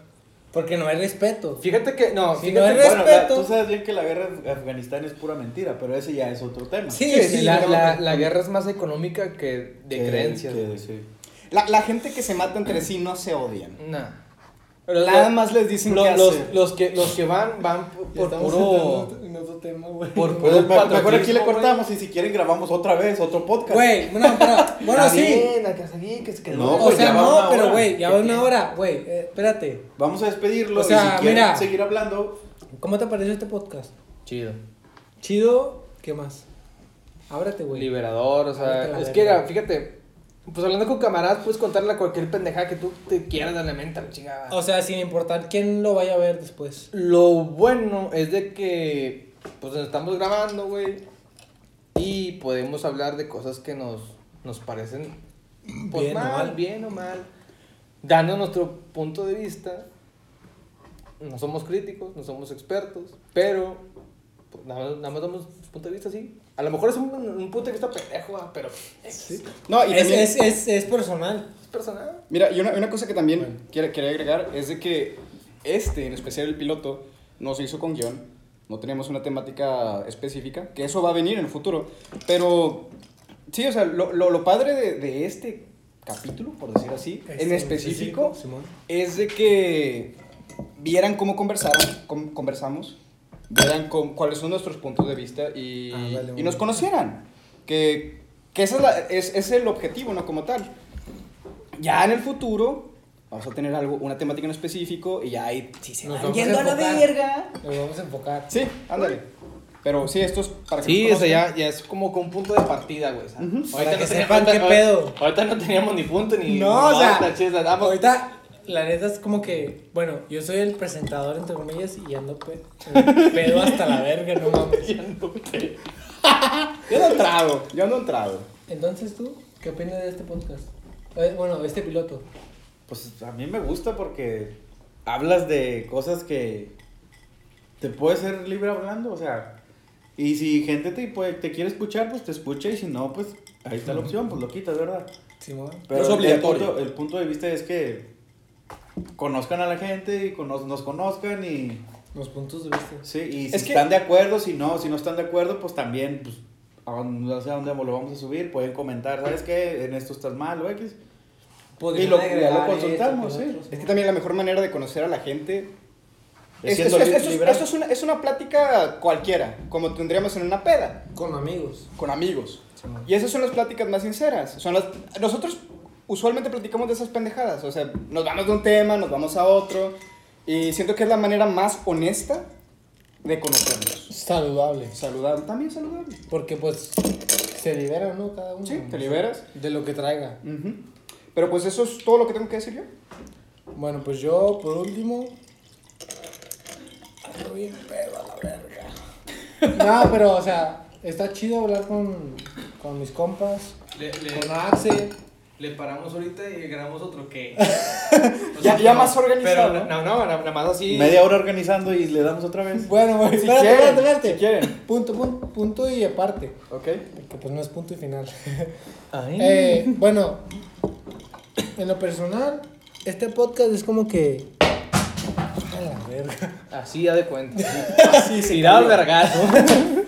Porque no hay respeto.
Fíjate que, no,
Si
fíjate
no
que-
eres-
Bueno, la-
respeto.
tú sabes bien que la guerra de Afganistán es pura mentira, pero ese ya es otro tema.
Sí,
Sí,
sí,
la,
no,
la-
no.
la guerra es más económica que de
Que-
creencias.
que-
güey.
sí.
La, la gente que se mata entre sí no se odian.
Nah.
Nada más les dicen
Los,
qué
los-
hacer.
los que, los que van, van por, por puro.
en otro tema, güey.
Por puro
Pues
Pero Pues me- mejor aquí
patriotismo,
le cortamos y si quieren grabamos otra vez, otro podcast.
Güey, no, pero, bueno,
Está
sí.
bien, acá está bien, que se quedó.
No,
O
pues,
sea,
ya va
no,
una
pero
hora.
güey, ya va
¿Qué
una
tiene?
hora, güey. eh, espérate,
Vamos a despedirlo
O sea,
y si quieren
mira.
seguir hablando,
¿cómo te pareció este podcast?
Chido.
Chido, ¿qué más? Ábrate, güey.
Liberador, o
Ahorita la
sea, es
verga.
que era, fíjate, pues hablando con camaradas puedes contarle a cualquier pendejada que tú te quieras de la mente, a la chingada.
O sea, sin importar quién lo vaya a ver después.
Lo bueno es de que pues nos estamos grabando, güey. Y podemos hablar de cosas que nos, nos parecen pues,
Bien o
mal,
mal.
bien o mal. Dando nuestro punto de vista. No somos críticos, no somos expertos, pero pues, nada, más, nada más damos nuestro punto de vista así. A lo mejor es un, un punto de vista pendejo, ah, pero
No, y
Es,
también-
es, es, es personal.
es personal.
Mira, y una, una cosa que también quiero, quería agregar es de que este, en especial el piloto, no se hizo con guión. No teníamos una temática específica, que eso va a venir en el futuro. Pero, sí, o sea, lo, lo- lo padre de, de este capítulo, por decir así, en específico,
Este, Simón.
es de que vieran cómo conversaron, cómo conversamos, vieran cómo- cuáles son nuestros puntos de vista y,
Ah, dale,
y nos
bueno.
conocieran. Que, que ese es, la- es- es el objetivo, ¿no? Como tal. Ya en el futuro vamos a tener algo, una temática en específico y ya ahí sí se
Nos
van
vamos
yendo
a
a la
enfocar.
verga.
Nos vamos a enfocar.
Sí, ándale. Pero sí, esto es para que
Sí,
nos
o sea,
conozcan.
ya, ya es como que un punto de partida, güey. ¿sabes?
Ujú.
Para que
teníamos-
sepan qué
ahorita-
pedo.
Ahorita no teníamos ni punto ni.
No, o
ni
sea,
nota, chis, vamos.
ahorita la neta es como que, bueno, yo soy el presentador entre comillas y ando pe- eh, pedo hasta la verga, no mames.
Yo no entrado, yo no entrado.
Entonces tú, ¿qué opinas de este podcast? Eh, bueno, este piloto.
pues a mí me gusta porque hablas de cosas que te puedes ser libre hablando, o sea, y si gente te, puede- te quiere escuchar, pues te escucha y si no, pues ahí está la opción, pues lo quitas, ¿verdad?
Simón.
Pero
Es obligatorio.
El punto, el punto de vista es que conozcan a la gente y cono- nos conozcan y,
Los puntos de vista.
sí, y si
Es que-
están de acuerdo, si no, si no están de acuerdo, pues también, pues, a dónde- no sé a dónde lo vamos a subir, pueden comentar, ¿sabes qué? En esto estás mal o X.
Podrían
lo- ya lo
agregar
consultamos,
esto,
sí.
otro,
Es que también la mejor manera de conocer a la gente
Es
Es- es-
siendo
es-
li-
eso es-
liberal.
eso es una, es una plática cualquiera, como tendríamos en una peda,
Con amigos.
con amigos.
Simón.
Y esas son las pláticas más sinceras. Son las, nosotros usualmente platicamos de esas pendejadas, o sea, nos vamos de un tema, nos vamos a otro, y siento que es la manera más honesta de conocernos.
Saludable.
Saludable, también saludable.
Porque pues se libera, ¿no? Cada uno.
Sí, te liberas.
De lo que traiga.
Ujú. Pero pues eso es todo lo que tengo que decir yo.
Bueno, pues yo, por último. Ando bien pedo a la verga. No, pero, o sea, está chido hablar con, con mis compas,
Le, le,
con Axel.
le paramos ahorita y grabamos otro que.
Ya- ya más organizado,
Pero, no, no, na- nada más así.
Media hora organizando y le damos otra vez.
Bueno, bueno,
Si
espérate,
quieren,
espérate, espérate.
si quieren.
Punto, punto, punto y aparte.
Ok.
Porque pues no es punto y final.
Ay.
Eh, bueno, en lo personal, este podcast es como que. A la verga.
Así ya de cuenta. Así se Tirado al vergazo.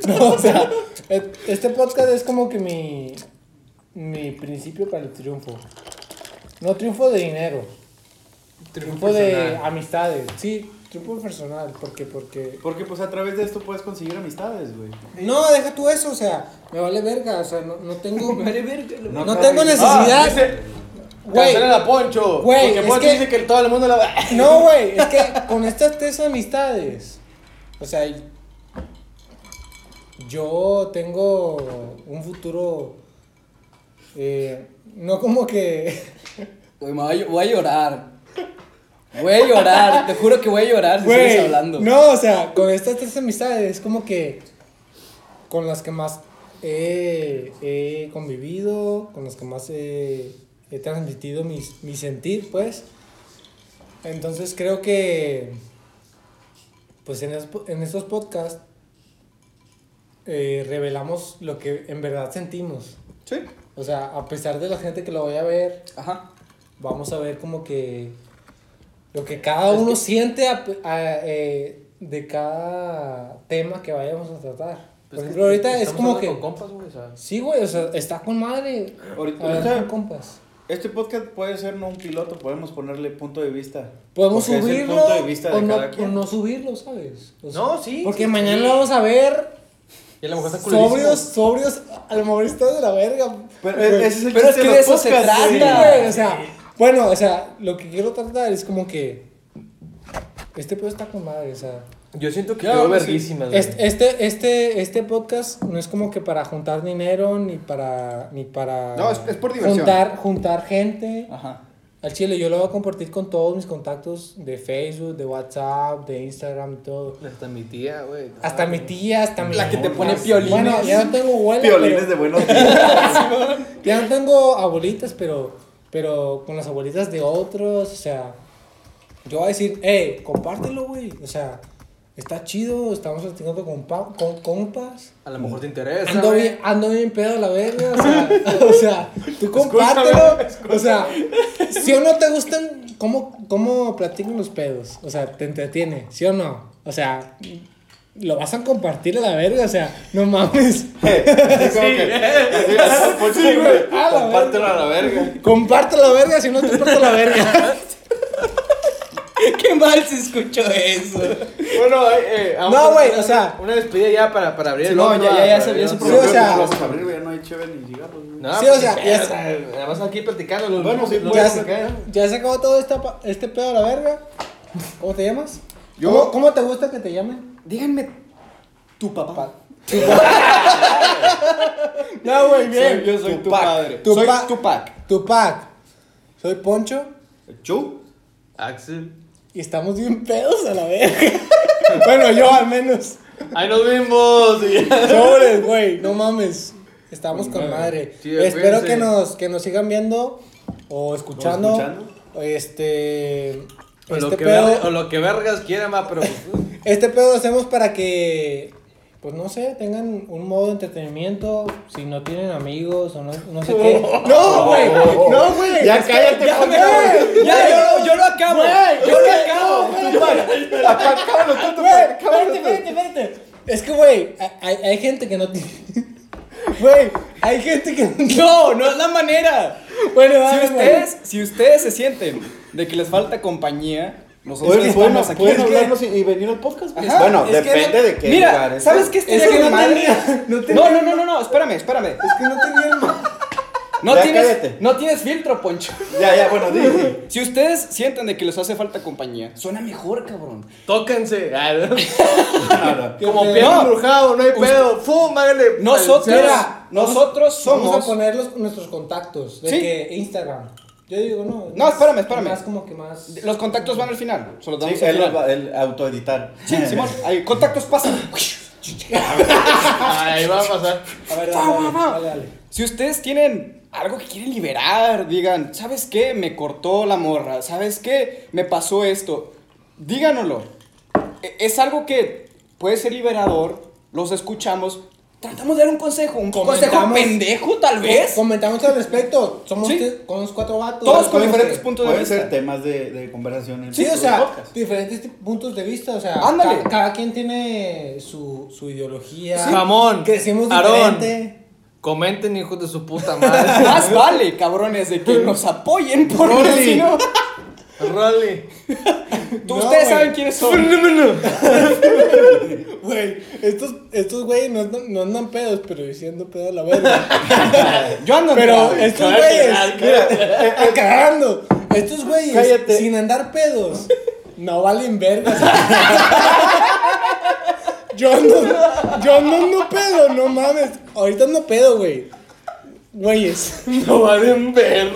No, o sea, et- este podcast es como que mi, mi principio para el triunfo. No triunfo de dinero, triunfo, de amistades. Sí, triunfo personal, porque, porque...
Porque pues a través de esto puedes conseguir amistades, güey.
No, deja tú eso, o sea, me vale verga, o sea, no, no tengo...
Vale verga, lo-
No tengo necesidad.
dice,
Ah, Güey.
Cancelen a Poncho.
Güey,
porque
es
Poncho
que-
dice que todo el mundo la va.
No, güey, es que con estas tres amistades, o sea, yo tengo un futuro, eh, no como que,
Güey, me voy a- voy a llorar. Voy a llorar, te juro que voy a llorar si
güey,
sigues hablando.
no, o sea, con estas tres amistades es como que con las que más he, he convivido, con las que más he, he transmitido mis, mi sentir, pues, entonces creo que... pues en, es- en estos podcasts eh, revelamos lo que en verdad sentimos.
Sí.
O sea, a pesar de la gente que lo vaya a ver,
Ajá.
vamos a ver como que lo que cada uno siente a- a- eh, de cada tema que vayamos a tratar. Por ejemplo, ahorita Pues es
Pues Estamos
como
hablando
que...
con compas, güey, o sea,
Sí, güey, o sea, está con madre.
Ahorita-
hablar
ahorita-
con compas.
Este podcast puede ser no un piloto, podemos ponerle punto de vista.
Podemos
Porque es el
subirlo
punto de vista de
o, no,
cada quien.
o no subirlo, ¿sabes? O sea,
No, sí,
Porque
sí,
mañana
sí.
lo vamos a ver
Y a lo mejor está
Sobrios,
culerísimo.
sobrios, a lo mejor está de la verga.
Pero e- ese es el
Pero es
chiste
que
los
de eso se
podcasts,
trata.
güey.
Sí, güey, o sea, bueno, o sea, lo que quiero tratar es como que este pedo está con madre, o sea,
Yo siento que
Ya,
quedó
vamos, sí.
verguísimas, güey.
este, este, este, este podcast no es como que para juntar dinero ni para, ni para
No, es- es por diversión.
juntar, juntar gente.
Ajá.
Al chile yo lo voy a compartir con todos mis contactos de Facebook, de WhatsApp, de Instagram, y todo.
Hasta mi tía, güey.
Hasta mi tía, hasta mi
La que te
mamá.
pone piolines.
Bueno, ya no tengo abuela,
Violines
pero-
de buenos días.
Ya no tengo abuelitas, pero, pero con las abuelitas de otros, o sea, yo voy a decir, hey, compártelo, güey, o sea, está chido, estamos platicando con, pa- con compas.
A lo mejor te interesa.
Ando
güey.
bien, ando bien pedo a la verga, o sea, o sea, tú compártelo, o sea, si o no te gustan, ¿cómo, cómo platican los pedos? O sea, te entretiene, ¿sí o no? O sea, lo vas a compartir a la verga, o sea, no mames.
Así como que- así, así, Poncho, güey,
A la
Compártelo a la verga.
Comparte la verga, si no te parto la verga.
Qué mal se escuchó eso.
Bueno, eh, eh, vamos
No,
a-
güey, o sea-
Una despedida ya para, para abrir el
No,
otro,
ya- ya-
ah,
ya
para
se-
abrir
ya se
el
Sí,
otro.
o sea-
Los abrir, güey, ya no hay chévere ni cigarros, güey.
No,
Sí,
pues,
o sea,
qué
ya
pedo,
se-
Además aquí platicando. los-
Bueno, sí,
los-
pues,
ya,
los-
se, ya se acabó todo esta pa- este pedo a la verga. ¿Cómo te llamas?
Yo-
¿Cómo, cómo te gusta que te llamen?
Díganme, tu papá.
No, güey,
Soy- yo soy tu
Tupac.
padre.
Tu
soy
pa-
Tupac.
Tupac. Soy Poncho
¿Chu?
Axel.
y estamos bien pedos a la verga. bueno, yo al menos.
Ahí nos vimos. Y-
Sobres, güey, no mames. Estamos con madre.
Pues Sí,
Espero
cuídense.
que nos, que nos sigan viendo o escuchando.
escuchando.
Este.
O
este
Pues lo, que
pedo-
ver- o lo que vergas quiera, ma, pero. pues,
Este pedo lo hacemos para que, pues no sé, tengan un modo de entretenimiento. Si no tienen amigos o no, no sé qué. ¡No, güey! ¡No, güey! ¡Ya cállate, ya, güey!
Ya, yo, lo- yo lo acabo. yo lo acabo.
Güey, espérate, espérate, espérate. Es que, güey, hay, hay gente que no tiene. Güey, hay gente que no.
No, no es la manera.
Bueno,
Si
dale, güey.
ustedes, si ustedes se sienten de que les falta compañía, nosotros
Oye,
estamos
bueno,
aquí.
pueden
Es que-
hablarnos y, y venir al podcast. güey.
Ajá,
bueno,
es que
depende
no-
de qué
Mira,
lugar.
¿sabes qué estaría
Es que
bien
no
mal?
tenía- no
no,
tenía-
no, no, no, no, espérame, espérame.
Es que no tenían
No
Ya cállate.
tienes, no tienes filtro, Poncho.
Ya, ya, bueno, di, di.
Si ustedes sienten de que les hace falta compañía, suena mejor, cabrón.
Tóquense. Ah, ¿no?
No, no.
Como
pedo.
pie
No.
embrujado, no hay pedo. ¡Fum! hágale.
Nosotros,
Mira,
nosotros
Vamos a
somos.
poner los- nuestros contactos. De
Sí.
que Instagram. Yo digo, no.
No, espérame, espérame.
Más como que más.
Los contactos van al final. Se los damos
Sí,
al
él
final.
los va- él autoeditar.
Sí, Simón, ahí, contactos pasan.
Ahí va a pasar.
A ver, dale,
Va,
dale,
va, va.
dale, dale.
Si ustedes tienen algo que quieren liberar, digan, ¿sabes qué? Me cortó la morra, ¿sabes qué? Me pasó esto. Díganoslo. E- Es algo que puede ser liberador, los escuchamos, tratamos de dar un consejo, un consejo
Comentamos.
pendejo tal vez.
Comentamos al respecto. Somos
Sí.
te- con los cuatro vatos.
Todos con
Este,
diferentes puntos de
Pueden
vista.
ser temas de, de conversación en
Sí, o
futuros
sea,
podcasts.
diferentes ti- puntos de vista, o sea,
Ándale.
ca- cada quien tiene su, su ideología.
Jamón.
Crecimos
Aarón.
diferente.
Comenten, hijos de su puta madre.
Más vale, cabrones, de que nos apoyen, porque
Rolly.
si no...
Rolly.
Tú,
güey.
ustedes saben quiénes son.
Güey, estos, estos güey no, andan- no andan pedos, pero diciendo pedo a la verga.
Yo ando en
Pero
pedo.
estos güeyes, mira, acabando. Estos güeyes, sin andar pedos, no valen vergas. Yo ando, yo ando, ando pedo, no mames. Ahorita ando pedo, güey. Güeyes.
No valen ver.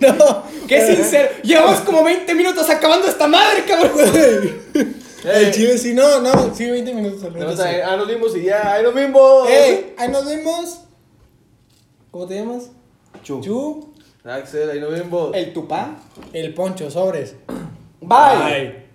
No.
Qué sincero. Llevamos como 20 minutos acabando esta madre, cabrón.
Güey. El
Ey.
chile sí, no, no, sí, 20 minutos. la neta, sí.
Ah, nos vimos y ya. ¡Ahí nos vimos!
Ey, ahí nos vemos. ¿Cómo te llamas?
Chu.
Chu.
Axel, ahí nos vimos.
El tupá.
El poncho, sobres.
Bye.